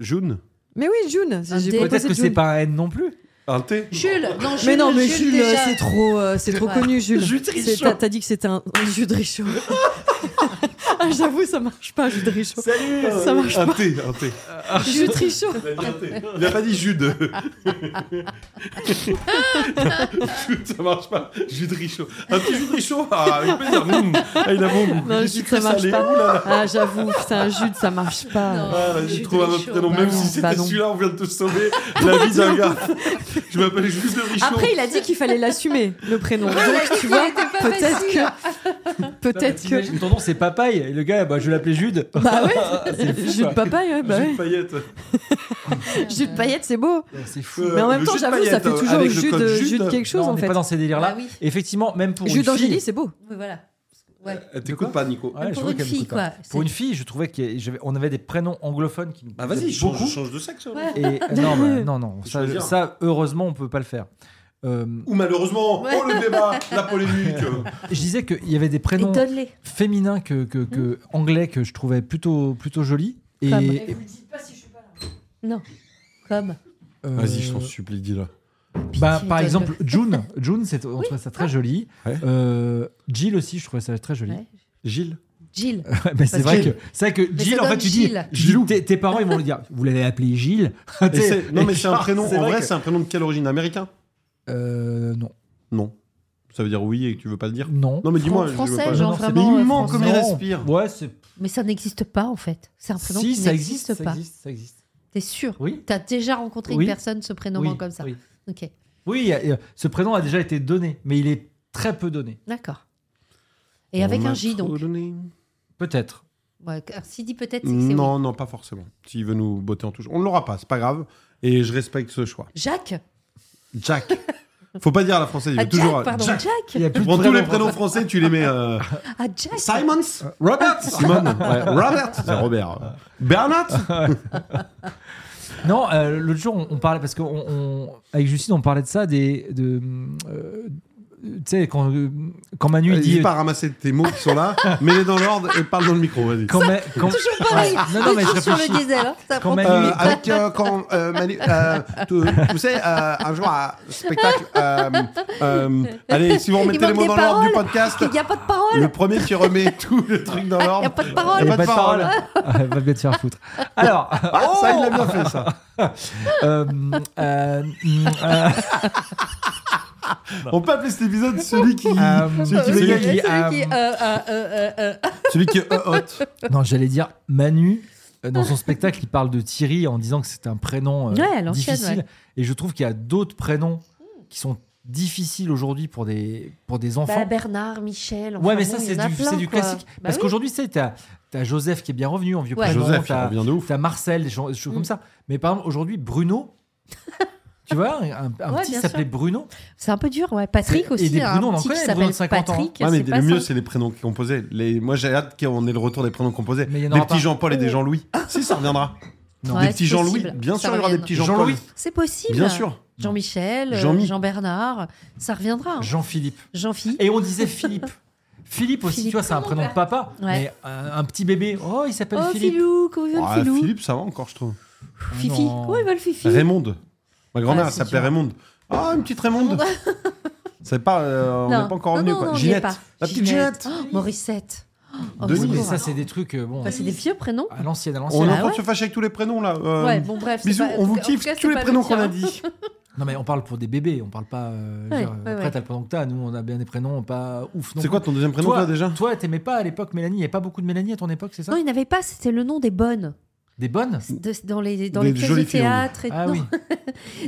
[SPEAKER 1] Jaune.
[SPEAKER 4] Mais oui, June.
[SPEAKER 2] Un
[SPEAKER 4] J'ai
[SPEAKER 2] dé.
[SPEAKER 4] proposé
[SPEAKER 6] Peut-être que
[SPEAKER 4] June.
[SPEAKER 6] c'est pas un N non plus.
[SPEAKER 1] Un thé.
[SPEAKER 2] Jules, non, Jules,
[SPEAKER 4] Mais non, mais
[SPEAKER 2] Jules,
[SPEAKER 4] Jules, euh,
[SPEAKER 2] déjà.
[SPEAKER 4] c'est trop, euh, c'est trop
[SPEAKER 2] Ouais.
[SPEAKER 4] connu, Jules.
[SPEAKER 1] Jude
[SPEAKER 4] C'est-
[SPEAKER 1] Richaud.
[SPEAKER 4] t'as- T'as dit que c'était un un Jude
[SPEAKER 2] *laughs*
[SPEAKER 4] Richaud. ah, j'avoue, ça marche pas, Jude Richaud.
[SPEAKER 1] Salut
[SPEAKER 4] Ça marche
[SPEAKER 1] Un
[SPEAKER 4] pas.
[SPEAKER 1] thé, un thé.
[SPEAKER 4] Jude Richaud.
[SPEAKER 1] Il a pas dit Jude. Jude, ça marche pas. Jude Richaud. Un petit Jude Richaud. Ah, avec plaisir. Mmh. Ah, il a bon goût.
[SPEAKER 4] Non,
[SPEAKER 1] Il est
[SPEAKER 4] Jude,
[SPEAKER 1] sucré
[SPEAKER 4] ça marche
[SPEAKER 1] salé.
[SPEAKER 4] pas.
[SPEAKER 1] Ouh là là.
[SPEAKER 4] Ah, j'avoue, c'est un Jude, ça marche pas.
[SPEAKER 2] Non.
[SPEAKER 1] Ah, là, j'ai
[SPEAKER 2] Jude
[SPEAKER 1] trouvé un autre
[SPEAKER 2] Richaud,
[SPEAKER 1] prénom. Même
[SPEAKER 4] bah
[SPEAKER 1] si
[SPEAKER 4] non, bah
[SPEAKER 1] c'était
[SPEAKER 4] non.
[SPEAKER 1] celui-là, on vient de te sauver la vie
[SPEAKER 4] *laughs*
[SPEAKER 1] d'un gars. Je m'appelle Jude Richaud.
[SPEAKER 4] Après, il a dit qu'il fallait l'assumer, le prénom. Donc, tu vois, peut-être que. Peut-être que.
[SPEAKER 6] T'imagines, Ton nom c'est Papaye. Et le gars, bah, je
[SPEAKER 4] *laughs*
[SPEAKER 6] l'appelais Jude.
[SPEAKER 4] Bah ouais,
[SPEAKER 6] fou,
[SPEAKER 4] Jude
[SPEAKER 6] ça.
[SPEAKER 4] papaye, ouais, bah
[SPEAKER 1] Jude
[SPEAKER 4] ouais.
[SPEAKER 1] Paillette.
[SPEAKER 4] *laughs* Jude paillette, c'est beau.
[SPEAKER 6] C'est fou.
[SPEAKER 1] Euh,
[SPEAKER 4] Mais en même
[SPEAKER 1] le
[SPEAKER 4] temps,
[SPEAKER 1] Jude
[SPEAKER 4] j'avoue, ça
[SPEAKER 1] Paillette,
[SPEAKER 4] fait
[SPEAKER 1] euh,
[SPEAKER 4] toujours
[SPEAKER 1] avec le
[SPEAKER 4] Jude,
[SPEAKER 1] code
[SPEAKER 4] euh,
[SPEAKER 1] Jude.
[SPEAKER 4] Jude quelque chose
[SPEAKER 6] Non, on
[SPEAKER 4] en
[SPEAKER 6] n'est
[SPEAKER 4] fait.
[SPEAKER 6] pas dans ces délires-là.
[SPEAKER 2] Bah oui.
[SPEAKER 6] Effectivement, même pour
[SPEAKER 4] Jude
[SPEAKER 6] une fille.
[SPEAKER 4] Angélie, c'est beau.
[SPEAKER 2] Oui, voilà. Ouais.
[SPEAKER 1] Elle Eh, T'écoutes pas, Nico.
[SPEAKER 6] Ouais, je
[SPEAKER 2] pour
[SPEAKER 6] trouvais
[SPEAKER 2] une
[SPEAKER 6] qu'elle
[SPEAKER 2] fille,
[SPEAKER 6] m'écoute pas.
[SPEAKER 2] quoi.
[SPEAKER 6] Pour
[SPEAKER 2] C'est-
[SPEAKER 6] une fille, je trouvais qu'on avait des prénoms anglophones qui nous
[SPEAKER 1] Bah vas-y,
[SPEAKER 6] beaucoup.
[SPEAKER 1] change, change de sexe.
[SPEAKER 2] Ouais.
[SPEAKER 6] Et,
[SPEAKER 2] *laughs*
[SPEAKER 6] euh, non, bah, non, non,
[SPEAKER 1] Je
[SPEAKER 6] ça,
[SPEAKER 1] veux dire.
[SPEAKER 6] ça, heureusement, on peut pas le faire. Euh,
[SPEAKER 1] Ou malheureusement,
[SPEAKER 2] Ouais.
[SPEAKER 1] oh le débat, la
[SPEAKER 4] *laughs*
[SPEAKER 1] polémique.
[SPEAKER 6] je disais qu'il y avait des
[SPEAKER 2] Et
[SPEAKER 6] prénoms
[SPEAKER 2] donne-les.
[SPEAKER 6] féminins que, que, que anglais que je trouvais plutôt, plutôt jolis. Et,
[SPEAKER 2] Mmh.
[SPEAKER 6] euh,
[SPEAKER 2] Comme. Eh
[SPEAKER 6] et,
[SPEAKER 2] Non. Comme.
[SPEAKER 6] euh,
[SPEAKER 1] supplie, dis-le.
[SPEAKER 6] bah,
[SPEAKER 2] Pitié,
[SPEAKER 6] Par
[SPEAKER 2] donne-le.
[SPEAKER 6] exemple, June, June c'est- on trouvait ça très joli.
[SPEAKER 1] Ah. Ouais.
[SPEAKER 6] Euh, Jill aussi, je trouvais ça très joli.
[SPEAKER 2] Ouais.
[SPEAKER 1] Gilles
[SPEAKER 2] Jill.
[SPEAKER 6] *laughs* Mais c'est
[SPEAKER 2] Parce
[SPEAKER 6] vrai que,
[SPEAKER 2] que-
[SPEAKER 6] c'est vrai que
[SPEAKER 2] Mais
[SPEAKER 6] Jill,
[SPEAKER 2] ça
[SPEAKER 6] en fait,
[SPEAKER 2] donne
[SPEAKER 6] tu dis,
[SPEAKER 2] Gilles.
[SPEAKER 6] Gilles, tes, tes parents, ils vont le dire, vous l'avez appelé *laughs* Gilles.
[SPEAKER 1] Et
[SPEAKER 6] T'sais,
[SPEAKER 1] c'est- non, mais *laughs*
[SPEAKER 6] et *laughs*
[SPEAKER 1] c'est un prénom.
[SPEAKER 6] c'est
[SPEAKER 1] En vrai,
[SPEAKER 6] que-
[SPEAKER 1] c'est un prénom de quelle origine Américain
[SPEAKER 6] Euh, non.
[SPEAKER 1] Non. Ça veut dire oui et que tu veux pas le dire
[SPEAKER 6] Non.
[SPEAKER 1] Non, mais *laughs* dis-moi.
[SPEAKER 2] Fran-
[SPEAKER 1] je veux
[SPEAKER 2] français,
[SPEAKER 1] pas-
[SPEAKER 2] genre
[SPEAKER 6] Non, c'est-
[SPEAKER 2] vraiment.
[SPEAKER 1] mais
[SPEAKER 2] euh,
[SPEAKER 1] immense
[SPEAKER 2] français.
[SPEAKER 1] comme il
[SPEAKER 6] Non.
[SPEAKER 1] respire.
[SPEAKER 6] Ouais, c'est.
[SPEAKER 2] Mais ça n'existe pas en fait. C'est un prénom
[SPEAKER 6] Si,
[SPEAKER 2] qui
[SPEAKER 6] ça existe,
[SPEAKER 2] n'existe
[SPEAKER 6] ça
[SPEAKER 2] pas.
[SPEAKER 6] existe, ça existe.
[SPEAKER 2] T'es sûr
[SPEAKER 6] Oui.
[SPEAKER 2] T'as déjà rencontré
[SPEAKER 6] Oui.
[SPEAKER 2] une personne se prénommant
[SPEAKER 6] oui,
[SPEAKER 2] comme ça
[SPEAKER 6] Oui,
[SPEAKER 2] Ok.
[SPEAKER 6] Oui, il y a- il y a- ce prénom a déjà été donné, mais il est très peu donné.
[SPEAKER 2] D'accord. Et avec
[SPEAKER 1] On m'a
[SPEAKER 2] un J
[SPEAKER 1] trop
[SPEAKER 2] donc.
[SPEAKER 1] donné.
[SPEAKER 6] Peut-être.
[SPEAKER 2] Ouais, car si dit peut-être, c'est que c'est oui.
[SPEAKER 1] Non, non, pas forcément. S'il veut nous botter en touche, on l'aura pas, c'est pas grave. Et je respecte ce choix.
[SPEAKER 2] Jacques
[SPEAKER 1] Jack. Faut pas dire à la française, il
[SPEAKER 2] Ah,
[SPEAKER 1] veut toujours.
[SPEAKER 2] Jack, pardon.
[SPEAKER 1] Jack.
[SPEAKER 2] Jack,
[SPEAKER 6] Il y a
[SPEAKER 1] Tu
[SPEAKER 6] plus
[SPEAKER 1] prends
[SPEAKER 6] de
[SPEAKER 1] tous les
[SPEAKER 6] prénoms
[SPEAKER 1] prénoms français, tu les mets. euh,
[SPEAKER 2] Ah, Jack
[SPEAKER 1] Simons Robert *laughs* Simon ouais, Robert C'est Robert. Bernard
[SPEAKER 6] Non, euh, l'autre jour, on, on parlait, parce qu'avec Justine, on parlait de ça, des. de, euh, tu sais, quand, euh, quand Manu il
[SPEAKER 1] Il
[SPEAKER 6] dit.
[SPEAKER 1] dit pas ramasser tes mots qui sont là, mets-les dans l'ordre et parle dans le micro, vas-y.
[SPEAKER 6] quand Ma- quand-
[SPEAKER 2] *laughs* Toujours pareil
[SPEAKER 6] Ouais. Non, non, mais je
[SPEAKER 2] Toujours sur
[SPEAKER 6] réfléchis.
[SPEAKER 2] le diesel, hein, ça
[SPEAKER 6] Quand
[SPEAKER 2] prend-
[SPEAKER 6] Manu-
[SPEAKER 1] Euh, avec euh, quand euh, Manu, euh, tu, tu sais, euh, un jour à spectacle. euh, euh, allez, si vous remettez
[SPEAKER 2] Il manque
[SPEAKER 1] les mots
[SPEAKER 2] des
[SPEAKER 1] dans l'ordre du
[SPEAKER 2] paroles.
[SPEAKER 1] podcast,
[SPEAKER 2] Il n'y a pas de parole
[SPEAKER 1] le premier qui remet *laughs* tout le truc dans
[SPEAKER 2] Il n'y a
[SPEAKER 1] l'ordre.
[SPEAKER 2] pas de
[SPEAKER 6] Il
[SPEAKER 2] parole
[SPEAKER 6] y a pas de parole. *laughs* Ah, Va bien te faire foutre. Alors.
[SPEAKER 1] Ah, ça,
[SPEAKER 2] Oh.
[SPEAKER 1] il l'a bien fait,
[SPEAKER 6] *laughs*
[SPEAKER 1] ça.
[SPEAKER 6] euh, euh, euh,
[SPEAKER 1] On peut appeler cet épisode celui qui.
[SPEAKER 6] Euh,
[SPEAKER 1] celui qui
[SPEAKER 6] celui
[SPEAKER 1] bégaye.
[SPEAKER 6] qui-
[SPEAKER 2] Celui
[SPEAKER 6] euh,
[SPEAKER 2] qui, euh, euh, euh, euh, euh.
[SPEAKER 1] Celui qui euh, hotte.
[SPEAKER 6] non, j'allais dire Manu. euh, Dans son spectacle, il parle de Thierry en disant que c'est un prénom euh,
[SPEAKER 2] Ouais, à l'ancienne,
[SPEAKER 6] difficile.
[SPEAKER 2] ouais.
[SPEAKER 6] Et je trouve qu'il y a d'autres prénoms qui sont difficiles aujourd'hui pour des, pour des
[SPEAKER 2] Bah,
[SPEAKER 6] enfants.
[SPEAKER 2] Bernard, Michel, enfin
[SPEAKER 6] ouais, mais
[SPEAKER 2] bon,
[SPEAKER 6] ça,
[SPEAKER 2] il y
[SPEAKER 6] c'est
[SPEAKER 2] en a
[SPEAKER 6] du,
[SPEAKER 2] plein,
[SPEAKER 6] c'est du
[SPEAKER 2] quoi.
[SPEAKER 6] classique.
[SPEAKER 2] Bah
[SPEAKER 6] Parce
[SPEAKER 2] oui.
[SPEAKER 6] qu'aujourd'hui, tu sais, t'as as Joseph qui est bien revenu en vieux
[SPEAKER 2] Ouais. Mm.
[SPEAKER 6] prénom.
[SPEAKER 1] Joseph, il
[SPEAKER 6] t'as-
[SPEAKER 1] revient de ouf.
[SPEAKER 6] T'as Marcel, des choses, des choses comme ça. Mais par exemple, aujourd'hui,
[SPEAKER 2] *laughs*
[SPEAKER 6] Bruno. tu vois, un, un
[SPEAKER 2] Ouais,
[SPEAKER 6] petit
[SPEAKER 2] bien
[SPEAKER 6] s'appelait Bruno.
[SPEAKER 2] C'est un peu dur, ouais. Patrick
[SPEAKER 6] Et
[SPEAKER 2] aussi,
[SPEAKER 6] des
[SPEAKER 2] un
[SPEAKER 6] Bruno, on en
[SPEAKER 2] petit
[SPEAKER 6] connaît,
[SPEAKER 2] qui
[SPEAKER 6] des Bruno de
[SPEAKER 2] s'appelle
[SPEAKER 6] 50 ans.
[SPEAKER 2] Patrick.
[SPEAKER 1] Ouais, mais
[SPEAKER 2] c'est
[SPEAKER 1] le
[SPEAKER 2] pas
[SPEAKER 1] mieux,
[SPEAKER 2] ça.
[SPEAKER 1] c'est les prénoms composés. Les... Moi, j'ai hâte qu'on ait le retour des prénoms composés.
[SPEAKER 6] Mais il y en
[SPEAKER 1] des
[SPEAKER 6] aura
[SPEAKER 1] petits
[SPEAKER 6] pas.
[SPEAKER 1] Jean-Paul et
[SPEAKER 2] Oh.
[SPEAKER 1] des Jean-Louis. si, ça reviendra.
[SPEAKER 6] Non.
[SPEAKER 2] Ouais,
[SPEAKER 1] des petits
[SPEAKER 2] c'est
[SPEAKER 1] Jean-Louis.
[SPEAKER 2] possible.
[SPEAKER 1] Bien
[SPEAKER 2] Ça
[SPEAKER 1] sûr, il y aura des
[SPEAKER 2] revienne.
[SPEAKER 1] petits Jean-Paul.
[SPEAKER 6] Jean-Louis,
[SPEAKER 2] C'est possible.
[SPEAKER 1] Bien sûr.
[SPEAKER 2] Jean-Michel, euh,
[SPEAKER 1] Jean-Mi.
[SPEAKER 2] Jean-Bernard, ça reviendra. hein.
[SPEAKER 6] Jean-Philippe.
[SPEAKER 2] Jean-Philippe.
[SPEAKER 6] Et on disait Philippe. Philippe aussi,
[SPEAKER 2] Philippe.
[SPEAKER 6] tu vois, c'est un prénom de papa.
[SPEAKER 2] Ouais.
[SPEAKER 6] Mais euh, un petit bébé, oh, il s'appelle
[SPEAKER 2] Oh,
[SPEAKER 6] Philippe.
[SPEAKER 2] Philou, comment
[SPEAKER 1] Ah,
[SPEAKER 2] va le Philou
[SPEAKER 1] Philippe, ça va encore, je trouve.
[SPEAKER 2] Fifi.
[SPEAKER 6] non.
[SPEAKER 2] Comment il va le Fifi
[SPEAKER 1] Raymonde. Ma grand-mère,
[SPEAKER 2] Ouais,
[SPEAKER 1] elle
[SPEAKER 2] c'est
[SPEAKER 1] s'appelait
[SPEAKER 2] dur.
[SPEAKER 1] Raymonde. Ah, une petite Raymonde. *laughs* C'est pas, euh, on
[SPEAKER 2] Non.
[SPEAKER 1] n'est pas encore
[SPEAKER 2] Non,
[SPEAKER 1] revenu.
[SPEAKER 2] non,
[SPEAKER 1] quoi.
[SPEAKER 2] non, on y est
[SPEAKER 1] Ginette.
[SPEAKER 2] pas.
[SPEAKER 1] La petite Ginette.
[SPEAKER 2] Oh, Morissette. Oh,
[SPEAKER 1] Denise.
[SPEAKER 6] Oui,
[SPEAKER 2] au
[SPEAKER 6] mais
[SPEAKER 2] secours.
[SPEAKER 6] ça, c'est des trucs, euh, bon,
[SPEAKER 2] Bah, c'est des vieux prénoms.
[SPEAKER 6] à l'ancienne,
[SPEAKER 1] On
[SPEAKER 6] à
[SPEAKER 1] est
[SPEAKER 6] l'ancienne.
[SPEAKER 1] en
[SPEAKER 2] Ah
[SPEAKER 1] train de
[SPEAKER 2] ouais.
[SPEAKER 1] se fâcher avec tous les prénoms, là. Euh,
[SPEAKER 2] ouais, bon, bref. c'est
[SPEAKER 1] Bisous,
[SPEAKER 2] pas- en
[SPEAKER 1] on
[SPEAKER 2] tout
[SPEAKER 1] vous
[SPEAKER 2] cas- en tout
[SPEAKER 1] kiffe
[SPEAKER 2] cas,
[SPEAKER 1] tous
[SPEAKER 2] c'est
[SPEAKER 1] les
[SPEAKER 2] pas hein. le
[SPEAKER 1] prénoms qu'on
[SPEAKER 2] tien.
[SPEAKER 1] a dit.
[SPEAKER 6] Non, mais on parle pour des bébés, on parle pas. euh, je veux
[SPEAKER 2] Ouais,
[SPEAKER 6] dire,
[SPEAKER 2] ouais,
[SPEAKER 6] après,
[SPEAKER 2] ouais.
[SPEAKER 6] t'as le prénom que t'as. Nous, on a bien des prénoms pas ouf. non
[SPEAKER 1] C'est quoi
[SPEAKER 6] plus.
[SPEAKER 1] ton deuxième prénom,
[SPEAKER 6] toi,
[SPEAKER 1] toi, déjà
[SPEAKER 6] Toi, t'aimais pas à l'époque Mélanie. Il n'y avait pas beaucoup de Mélanie à ton époque, c'est ça
[SPEAKER 2] Non, il n'avait pas, c'était le nom des bonnes.
[SPEAKER 6] Des bonnes
[SPEAKER 2] De- dans les, dans
[SPEAKER 1] Des
[SPEAKER 2] les pièces de
[SPEAKER 1] jolies filles, on dit.
[SPEAKER 2] théâtre. Et,
[SPEAKER 6] Ah
[SPEAKER 2] non, *laughs*
[SPEAKER 6] oui.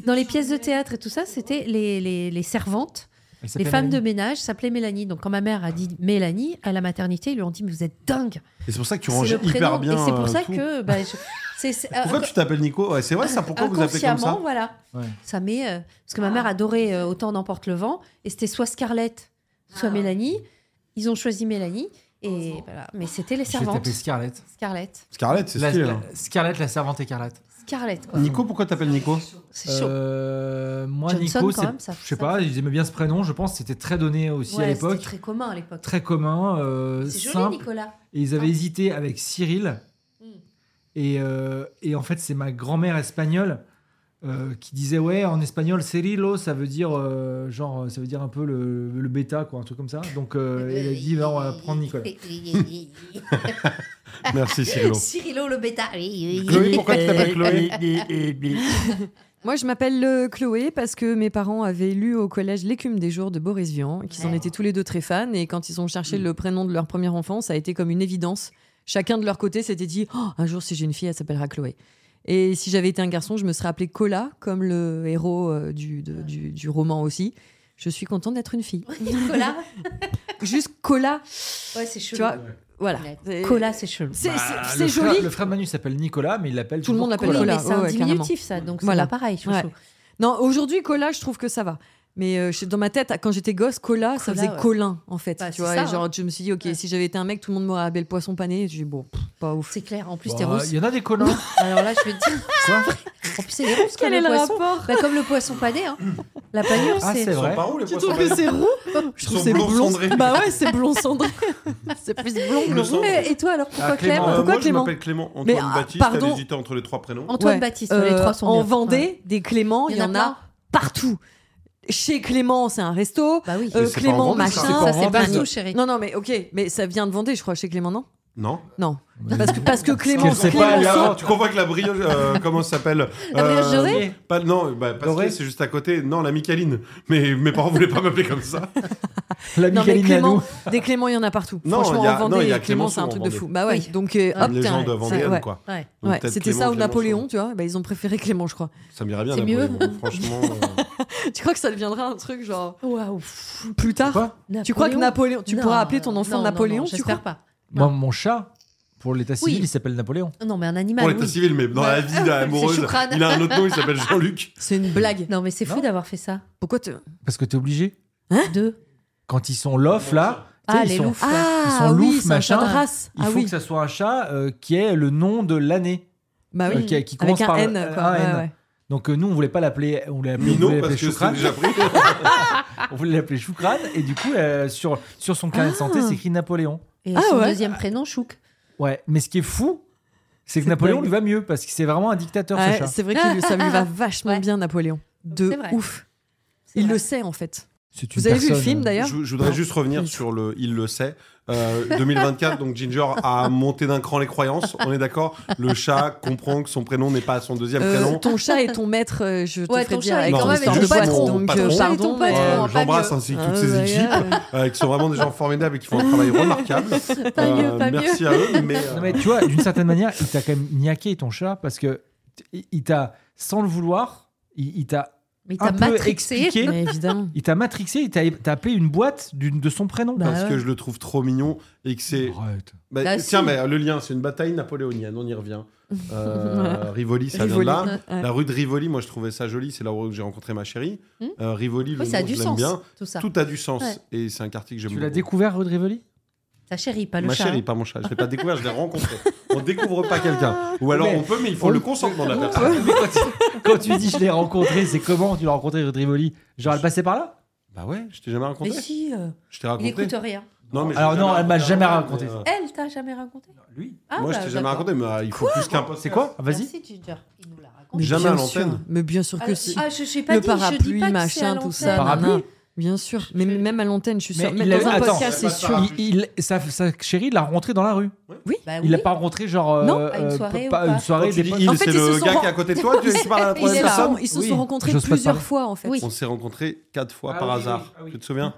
[SPEAKER 2] Dans les pièces de théâtre et tout ça, c'était les, les, les servantes
[SPEAKER 6] Elle
[SPEAKER 2] Les
[SPEAKER 6] s'appelle
[SPEAKER 2] femmes de
[SPEAKER 6] Mélanie.
[SPEAKER 2] ménage s'appelaient Mélanie. Donc quand ma mère a dit Mélanie à la maternité, ils lui ont dit mais vous êtes dingue.
[SPEAKER 1] Et c'est pour ça que tu
[SPEAKER 2] C'est
[SPEAKER 1] ranges
[SPEAKER 2] le
[SPEAKER 1] hyper
[SPEAKER 2] prénom
[SPEAKER 1] bien.
[SPEAKER 2] et c'est
[SPEAKER 1] euh,
[SPEAKER 2] pour ça
[SPEAKER 1] tout.
[SPEAKER 2] que bah, je- c'est- c'est-
[SPEAKER 1] Pourquoi tu t'appelles Nico Ouais, C'est vrai ça, pourquoi vous appelez comme
[SPEAKER 2] inconsciemment,
[SPEAKER 1] ça
[SPEAKER 2] voilà.
[SPEAKER 6] Ouais.
[SPEAKER 2] Ça met euh, parce que ma mère adorait euh, autant n'emporte le vent et c'était soit Scarlett, soit Mélanie. Ils ont choisi Mélanie et voilà. Mais c'était les
[SPEAKER 6] Je vais
[SPEAKER 2] servantes.
[SPEAKER 6] taper Scarlett.
[SPEAKER 2] Scarlett,
[SPEAKER 1] Scarlett, c'est
[SPEAKER 6] La-
[SPEAKER 1] stylé.
[SPEAKER 6] la-
[SPEAKER 1] hein.
[SPEAKER 6] Scarlett, la servante écarlate.
[SPEAKER 2] Scarlett quoi.
[SPEAKER 1] Nico, pourquoi t'appelles Nico
[SPEAKER 2] C'est chaud.
[SPEAKER 6] Euh, moi,
[SPEAKER 2] Johnson,
[SPEAKER 6] Nico,
[SPEAKER 2] quand
[SPEAKER 6] c'est-
[SPEAKER 2] même, ça-
[SPEAKER 6] je sais
[SPEAKER 2] ça
[SPEAKER 6] pas, ils aimaient bien ce prénom. Je pense que c'était très donné aussi à
[SPEAKER 2] Ouais, c'était
[SPEAKER 6] l'époque. Très...
[SPEAKER 2] très commun à l'époque.
[SPEAKER 6] commun, euh,
[SPEAKER 2] C'est joli
[SPEAKER 6] simple.
[SPEAKER 2] Nicolas.
[SPEAKER 6] Et ils avaient
[SPEAKER 4] Ah.
[SPEAKER 6] hésité avec Cyril.
[SPEAKER 2] Mm.
[SPEAKER 4] Hmm.
[SPEAKER 6] Et, euh, et en fait, c'est ma grand-mère espagnole euh, qui disait ouais, en espagnol, Cirilo, ça veut dire euh, genre, ça veut dire un peu le, le bêta, quoi, un truc comme ça. Donc euh,
[SPEAKER 4] Eh ben,
[SPEAKER 6] elle a dit non, on va prendre
[SPEAKER 2] *laughs*
[SPEAKER 6] Nicolas.
[SPEAKER 1] Merci Cyrilo.
[SPEAKER 2] Cyrilo le bêta.
[SPEAKER 1] Chloé, pourquoi tu t'appelles Chloé Ah,
[SPEAKER 4] Moi, je m'appelle euh, Chloé parce que mes parents avaient lu au collège L'écume des jours de Boris Vian, et qu'ils en
[SPEAKER 2] Ouais.
[SPEAKER 4] étaient tous les deux très fans. Et quand ils ont cherché le prénom de leur premier enfant, ça a été comme une évidence. Chacun de leur côté s'était dit Oh, un jour, si j'ai une fille, elle s'appellera Chloé. Et si j'avais été un garçon, je me serais appelée Cola, comme le héros euh, du, de- du, du roman aussi. Je suis contente d'être une fille.
[SPEAKER 2] *laughs* Nicolas.
[SPEAKER 4] Juste *laughs* Cola,
[SPEAKER 2] Ouais, c'est
[SPEAKER 4] tu
[SPEAKER 2] chelou.
[SPEAKER 4] vois. Voilà.
[SPEAKER 2] Ouais. Cola, c'est chelou.
[SPEAKER 4] C'est
[SPEAKER 6] Ah,
[SPEAKER 4] c'est-
[SPEAKER 6] le
[SPEAKER 4] c'est
[SPEAKER 6] frère-
[SPEAKER 4] joli.
[SPEAKER 6] Le frère de Manu s'appelle Nicolas, mais il l'appelle
[SPEAKER 4] Tout le monde
[SPEAKER 6] toujours
[SPEAKER 4] l'appelle Cola.
[SPEAKER 2] Oui, mais c'est un
[SPEAKER 4] Ouais, ouais, carrément.
[SPEAKER 2] diminutif, ça. Donc,
[SPEAKER 4] Voilà.
[SPEAKER 2] c'est pas pareil, chouchou.
[SPEAKER 4] Ouais. Non, aujourd'hui, Cola, je trouve que ça va. Mais euh, je- dans ma tête, quand j'étais gosse, Cola, ça
[SPEAKER 2] Cola,
[SPEAKER 4] faisait
[SPEAKER 2] ouais.
[SPEAKER 4] Colin, en fait.
[SPEAKER 2] Bah,
[SPEAKER 4] tu
[SPEAKER 2] c'est
[SPEAKER 4] vois,
[SPEAKER 2] ça,
[SPEAKER 4] et genre,
[SPEAKER 2] hein.
[SPEAKER 4] je me suis dit, ok,
[SPEAKER 2] Ouais.
[SPEAKER 4] si j'avais été un mec, tout le monde m'aurait appelé le poisson pané. Et je dis, bon, pff, pas ouf.
[SPEAKER 2] C'est clair. En plus,
[SPEAKER 6] Bah,
[SPEAKER 2] t'es rousse.
[SPEAKER 6] Il y en a des Colins.
[SPEAKER 2] Alors là, je vais te dire.
[SPEAKER 6] Quoi
[SPEAKER 2] En plus, c'est rousse comme le
[SPEAKER 1] *laughs*
[SPEAKER 2] poisson.
[SPEAKER 4] rapport
[SPEAKER 1] Ah
[SPEAKER 2] Bah, comme le poisson pané. Hein. La panure,
[SPEAKER 6] Ah,
[SPEAKER 2] c'est.
[SPEAKER 6] c'est vrai.
[SPEAKER 1] Par où les
[SPEAKER 4] Tu
[SPEAKER 1] poissons Euh,
[SPEAKER 4] trouves que c'est roux Je trouve
[SPEAKER 1] bah, sont
[SPEAKER 4] que c'est
[SPEAKER 1] blond
[SPEAKER 4] blond.
[SPEAKER 1] cendré.
[SPEAKER 4] Bah ouais, c'est blond *laughs* cendré. c'est plus blond que
[SPEAKER 1] Le
[SPEAKER 4] roux.
[SPEAKER 1] sang.
[SPEAKER 2] Et, et toi, alors, pourquoi
[SPEAKER 6] Ah, Clément,
[SPEAKER 2] Clément euh,
[SPEAKER 1] Euh,
[SPEAKER 4] Pourquoi
[SPEAKER 1] Moi, je
[SPEAKER 4] Clément
[SPEAKER 1] m'appelle Clément Antoine
[SPEAKER 4] Mais, ah,
[SPEAKER 1] Baptiste.
[SPEAKER 4] pardon.
[SPEAKER 1] J'avais hésité entre les trois prénoms.
[SPEAKER 2] Antoine
[SPEAKER 4] Ouais.
[SPEAKER 2] Baptiste,
[SPEAKER 4] Euh,
[SPEAKER 2] les trois sont
[SPEAKER 4] En
[SPEAKER 2] bien.
[SPEAKER 4] Vendée,
[SPEAKER 2] Ouais.
[SPEAKER 4] des Clément, il y, en a
[SPEAKER 2] plein.
[SPEAKER 4] partout. Chez Clément, c'est un resto.
[SPEAKER 2] Bah oui.
[SPEAKER 4] Euh,
[SPEAKER 1] Mais c'est pas en
[SPEAKER 4] Clément,
[SPEAKER 1] Vendée, ça.
[SPEAKER 4] machin.
[SPEAKER 6] C'est pas en
[SPEAKER 2] Ça, c'est
[SPEAKER 6] Vendée,
[SPEAKER 2] partout,
[SPEAKER 6] ça.
[SPEAKER 2] chérie.
[SPEAKER 4] Non, non, mais ok, mais ça vient de Vendée, je crois, chez Clément, non
[SPEAKER 1] Non
[SPEAKER 4] Non. Parce que, parce que Clément,
[SPEAKER 6] qu'elle sait
[SPEAKER 1] C'est pas
[SPEAKER 4] Clémenceau-
[SPEAKER 1] là. Tu comprends que la brioche. *laughs* euh, comment ça s'appelle
[SPEAKER 2] La brioche
[SPEAKER 1] Euh,
[SPEAKER 2] dorée
[SPEAKER 1] pas- Non, bah, parce
[SPEAKER 6] Dorée
[SPEAKER 1] que c'est juste à côté. Non, la Micaline. Mais mes parents voulaient pas m'appeler comme ça.
[SPEAKER 6] La
[SPEAKER 4] Non, mais
[SPEAKER 6] Michaeline
[SPEAKER 4] Clément,
[SPEAKER 6] Nanou.
[SPEAKER 4] des Clément, il y en a partout.
[SPEAKER 1] Non,
[SPEAKER 4] Franchement,
[SPEAKER 1] il y a-
[SPEAKER 4] en Vendée,
[SPEAKER 1] non, il y a
[SPEAKER 4] Clément, c'est un
[SPEAKER 1] Clémenceau
[SPEAKER 4] truc
[SPEAKER 1] en
[SPEAKER 4] de fou. Bah ouais,
[SPEAKER 2] Oui.
[SPEAKER 4] donc euh,
[SPEAKER 2] Une
[SPEAKER 4] hop,
[SPEAKER 1] Une
[SPEAKER 4] t'as-
[SPEAKER 1] légende
[SPEAKER 4] c'est-
[SPEAKER 1] vendéenne,
[SPEAKER 4] ouais.
[SPEAKER 1] quoi.
[SPEAKER 2] Ouais.
[SPEAKER 1] Donc,
[SPEAKER 4] Ouais,
[SPEAKER 1] Ah, peut-être
[SPEAKER 4] c'était ça
[SPEAKER 1] Clément,
[SPEAKER 4] ou
[SPEAKER 1] Clémenceau.
[SPEAKER 4] Napoléon, tu vois. Bah, ils ont préféré Clément, je crois. *laughs*
[SPEAKER 1] Ça m'irait bien,
[SPEAKER 2] C'est mieux.
[SPEAKER 1] Napoléon. Franchement. euh,
[SPEAKER 4] Tu crois que ça deviendra un truc genre
[SPEAKER 2] Waouh.
[SPEAKER 4] plus tard
[SPEAKER 6] Quoi
[SPEAKER 4] Tu crois que Napoléon, tu
[SPEAKER 2] Non,
[SPEAKER 4] pourras appeler ton
[SPEAKER 2] non,
[SPEAKER 4] enfant
[SPEAKER 2] non,
[SPEAKER 4] Napoléon
[SPEAKER 2] non,
[SPEAKER 4] Tu crois
[SPEAKER 2] J'espère pas.
[SPEAKER 6] Moi, mon chat, pour l'état civil,
[SPEAKER 2] Oui.
[SPEAKER 6] il s'appelle Napoléon.
[SPEAKER 2] Non, mais un
[SPEAKER 1] Pour
[SPEAKER 4] Bah
[SPEAKER 2] animal.
[SPEAKER 1] l'état
[SPEAKER 2] oui.
[SPEAKER 1] civil, mais dans la
[SPEAKER 4] *laughs*
[SPEAKER 2] Ouais.
[SPEAKER 1] vie amoureuse,
[SPEAKER 2] C'est Choukran.
[SPEAKER 1] il a un autre nom, il s'appelle Jean-Luc.
[SPEAKER 4] C'est une blague.
[SPEAKER 2] Non, mais c'est fou
[SPEAKER 6] Non.
[SPEAKER 2] d'avoir fait ça.
[SPEAKER 4] Pourquoi te
[SPEAKER 6] Parce que t'es obligé.
[SPEAKER 2] Deux.
[SPEAKER 6] Quand ils sont lof, là. tu sais,
[SPEAKER 2] Ah,
[SPEAKER 6] ils
[SPEAKER 2] les
[SPEAKER 6] sont-
[SPEAKER 2] loups.
[SPEAKER 6] Ils
[SPEAKER 4] Ah
[SPEAKER 6] sont
[SPEAKER 4] oui,
[SPEAKER 6] loufs,
[SPEAKER 4] c'est un chat de
[SPEAKER 6] machin.
[SPEAKER 4] race.
[SPEAKER 6] Il
[SPEAKER 4] ah
[SPEAKER 6] faut
[SPEAKER 4] oui.
[SPEAKER 6] que ça soit un chat euh, qui ait le nom de l'année.
[SPEAKER 4] Bah
[SPEAKER 6] euh,
[SPEAKER 4] oui.
[SPEAKER 6] qui, qui
[SPEAKER 4] Avec
[SPEAKER 6] commence
[SPEAKER 4] un
[SPEAKER 6] par le-
[SPEAKER 4] N, quoi.
[SPEAKER 6] un
[SPEAKER 4] Ouais,
[SPEAKER 6] N.
[SPEAKER 4] ouais.
[SPEAKER 6] Donc euh, nous, on voulait pas l'appeler, on voulait l'appeler- on voulait
[SPEAKER 1] Minot, parce
[SPEAKER 6] l'appeler
[SPEAKER 1] que c'est
[SPEAKER 6] Choukran.
[SPEAKER 1] déjà pris.
[SPEAKER 6] On voulait l'appeler Choukran. Et du coup, euh, sur, sur son carnet de santé, c'est écrit Napoléon.
[SPEAKER 2] Et
[SPEAKER 4] Ah
[SPEAKER 2] son
[SPEAKER 4] ouais.
[SPEAKER 2] deuxième prénom, Chouk.
[SPEAKER 6] Ouais, mais ce qui est fou, c'est que Napoléon lui va mieux parce que c'est vraiment un dictateur
[SPEAKER 4] Ouais,
[SPEAKER 6] ce chat.
[SPEAKER 4] c'est vrai que ça lui va vachement
[SPEAKER 2] Ouais.
[SPEAKER 4] bien, Napoléon. De
[SPEAKER 2] C'est vrai.
[SPEAKER 4] ouf.
[SPEAKER 2] C'est
[SPEAKER 4] Il
[SPEAKER 2] vrai.
[SPEAKER 4] le sait, en fait.
[SPEAKER 6] C'est une
[SPEAKER 4] Vous avez vu le
[SPEAKER 6] personne,
[SPEAKER 4] film, *laughs*
[SPEAKER 6] euh,
[SPEAKER 4] d'ailleurs
[SPEAKER 1] Je, je voudrais juste revenir sur le il le sait. Euh, 2024, donc Ginger a monté d'un cran les croyances. On est d'accord Le chat comprend que son prénom n'est pas son deuxième
[SPEAKER 4] Euh,
[SPEAKER 1] prénom.
[SPEAKER 4] ton chat est ton maître, euh, je te
[SPEAKER 2] Ouais,
[SPEAKER 4] ferai
[SPEAKER 2] ton
[SPEAKER 4] dire,
[SPEAKER 2] chat est
[SPEAKER 4] avec
[SPEAKER 1] quand
[SPEAKER 4] ton
[SPEAKER 1] même
[SPEAKER 4] histoire
[SPEAKER 1] ton
[SPEAKER 4] de
[SPEAKER 1] patron.
[SPEAKER 4] boîte. Donc,
[SPEAKER 1] Ton
[SPEAKER 4] euh,
[SPEAKER 2] chat est ton
[SPEAKER 4] pardon, mais,
[SPEAKER 2] patron.
[SPEAKER 4] euh,
[SPEAKER 2] pas
[SPEAKER 1] J'embrasse
[SPEAKER 2] mieux.
[SPEAKER 1] ainsi que
[SPEAKER 4] Ah,
[SPEAKER 1] toutes ses
[SPEAKER 4] ouais,
[SPEAKER 1] équipes, euh, qui sont vraiment des gens formidables et qui font un travail remarquable. Euh,
[SPEAKER 2] Pas mieux, pas
[SPEAKER 1] merci
[SPEAKER 2] mieux.
[SPEAKER 1] à eux. Mais, euh,
[SPEAKER 6] Non, mais tu vois, d'une certaine manière, il t'a quand même niaqué ton chat parce que t- il- il t'a, sans le vouloir, il, il t'a
[SPEAKER 2] Mais
[SPEAKER 6] un
[SPEAKER 2] t'as
[SPEAKER 6] peu
[SPEAKER 2] matrixé.
[SPEAKER 6] expliqué,
[SPEAKER 4] Mais évidemment.
[SPEAKER 6] il t'a matrixé, il t'a t'a appelé une boîte d'une- de son prénom.
[SPEAKER 2] Bah,
[SPEAKER 1] parce
[SPEAKER 2] ouais.
[SPEAKER 1] que je le trouve trop mignon et que c'est.
[SPEAKER 6] Arrête.
[SPEAKER 1] Bah,
[SPEAKER 2] Ah,
[SPEAKER 1] tiens,
[SPEAKER 2] si.
[SPEAKER 1] mais le lien, c'est une bataille napoléonienne, on y
[SPEAKER 2] *laughs*
[SPEAKER 1] revient. Euh, Rivoli, ça
[SPEAKER 4] Rivoli,
[SPEAKER 1] vient de là.
[SPEAKER 4] ouais.
[SPEAKER 1] La rue de Rivoli, moi je trouvais ça joli, c'est là où j'ai rencontré ma chérie.
[SPEAKER 2] Hmm.
[SPEAKER 1] Euh, Rivoli, le
[SPEAKER 2] Oui, ça a
[SPEAKER 1] nom,
[SPEAKER 2] du
[SPEAKER 1] je l'aime
[SPEAKER 2] sens,
[SPEAKER 1] bien.
[SPEAKER 2] tout ça.
[SPEAKER 1] Tout a du sens
[SPEAKER 2] Ouais.
[SPEAKER 1] et c'est un quartier que j'aime
[SPEAKER 6] Tu
[SPEAKER 1] beaucoup.
[SPEAKER 6] l'as découvert, Rod Rivoli
[SPEAKER 2] Ta chérie, pas le
[SPEAKER 1] Ma
[SPEAKER 2] chat.
[SPEAKER 1] chérie, pas mon chat. Je l'ai pas découvert, je l'ai rencontré. On découvre pas quelqu'un. Ou alors
[SPEAKER 6] Mais-
[SPEAKER 1] on peut, mais il faut le consentement de la personne.
[SPEAKER 6] Bah, *laughs* Mais quand, tu, quand tu dis je l'ai rencontré, c'est comment tu l'as rencontré, Rod Rivoli Genre, elle passait par là
[SPEAKER 1] Bah ouais, je t'ai jamais raconté.
[SPEAKER 2] Mais si, euh,
[SPEAKER 1] Je t'ai
[SPEAKER 2] il
[SPEAKER 1] raconté.
[SPEAKER 2] écoute rien.
[SPEAKER 1] Non, mais je
[SPEAKER 6] Alors
[SPEAKER 1] t'ai
[SPEAKER 6] non, elle m'a jamais raconté.
[SPEAKER 1] mais, euh,
[SPEAKER 2] Elle t'a jamais raconté
[SPEAKER 6] Lui
[SPEAKER 2] Ah,
[SPEAKER 1] moi,
[SPEAKER 2] bah,
[SPEAKER 1] je t'ai jamais
[SPEAKER 2] d'accord.
[SPEAKER 1] raconté, mais euh, il faut plus qu'un pote.
[SPEAKER 6] C'est quoi Ah, Vas-y.
[SPEAKER 2] Merci Ginger, il nous l'a raconté.
[SPEAKER 4] Mais
[SPEAKER 1] Jamais
[SPEAKER 4] bien
[SPEAKER 1] à
[SPEAKER 4] sûr.
[SPEAKER 1] l'antenne.
[SPEAKER 4] Mais bien sûr que
[SPEAKER 2] Ah,
[SPEAKER 4] si.
[SPEAKER 2] Ah, je sais pas
[SPEAKER 4] le
[SPEAKER 2] dit, je dis pas que
[SPEAKER 4] parapluie,
[SPEAKER 2] c'est à
[SPEAKER 4] machin, tout ça.
[SPEAKER 2] l'antenne.
[SPEAKER 6] Parapluie.
[SPEAKER 4] nanana. Bien sûr. Mais même à l'antenne, je suis sûre.
[SPEAKER 6] Mais
[SPEAKER 4] Même
[SPEAKER 6] il
[SPEAKER 4] dans
[SPEAKER 6] a-
[SPEAKER 4] un
[SPEAKER 6] attends.
[SPEAKER 4] podcast, c'est sûr.
[SPEAKER 1] Ah,
[SPEAKER 6] Il, il- sa, sa chérie l'a rencontré dans la rue.
[SPEAKER 2] Bah
[SPEAKER 6] Il l'a
[SPEAKER 2] oui.
[SPEAKER 6] pas rencontré genre euh,
[SPEAKER 4] Non,
[SPEAKER 6] euh,
[SPEAKER 2] à une soirée ou
[SPEAKER 6] pas
[SPEAKER 2] pas.
[SPEAKER 6] une
[SPEAKER 1] Quand
[SPEAKER 6] soirée
[SPEAKER 1] tu
[SPEAKER 6] des
[SPEAKER 1] dis
[SPEAKER 6] potes.
[SPEAKER 1] il,
[SPEAKER 4] En fait,
[SPEAKER 1] c'est
[SPEAKER 4] ils se
[SPEAKER 1] le
[SPEAKER 4] sont
[SPEAKER 1] gars
[SPEAKER 4] ren-
[SPEAKER 1] qui est à côté de toi, *laughs* tu tu parles à la
[SPEAKER 4] Ils
[SPEAKER 1] troisième
[SPEAKER 4] se
[SPEAKER 1] personne.
[SPEAKER 4] sont, ils se
[SPEAKER 6] Oui.
[SPEAKER 4] sont rencontrés
[SPEAKER 6] J'ose pas te
[SPEAKER 4] plusieurs
[SPEAKER 6] parler.
[SPEAKER 4] fois, en fait.
[SPEAKER 2] Oui.
[SPEAKER 1] On s'est rencontrés quatre fois
[SPEAKER 6] Ah
[SPEAKER 1] par
[SPEAKER 6] oui,
[SPEAKER 1] hasard.
[SPEAKER 6] oui, ah oui.
[SPEAKER 1] Tu te souviens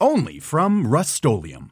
[SPEAKER 7] Only from Rust-Oleum.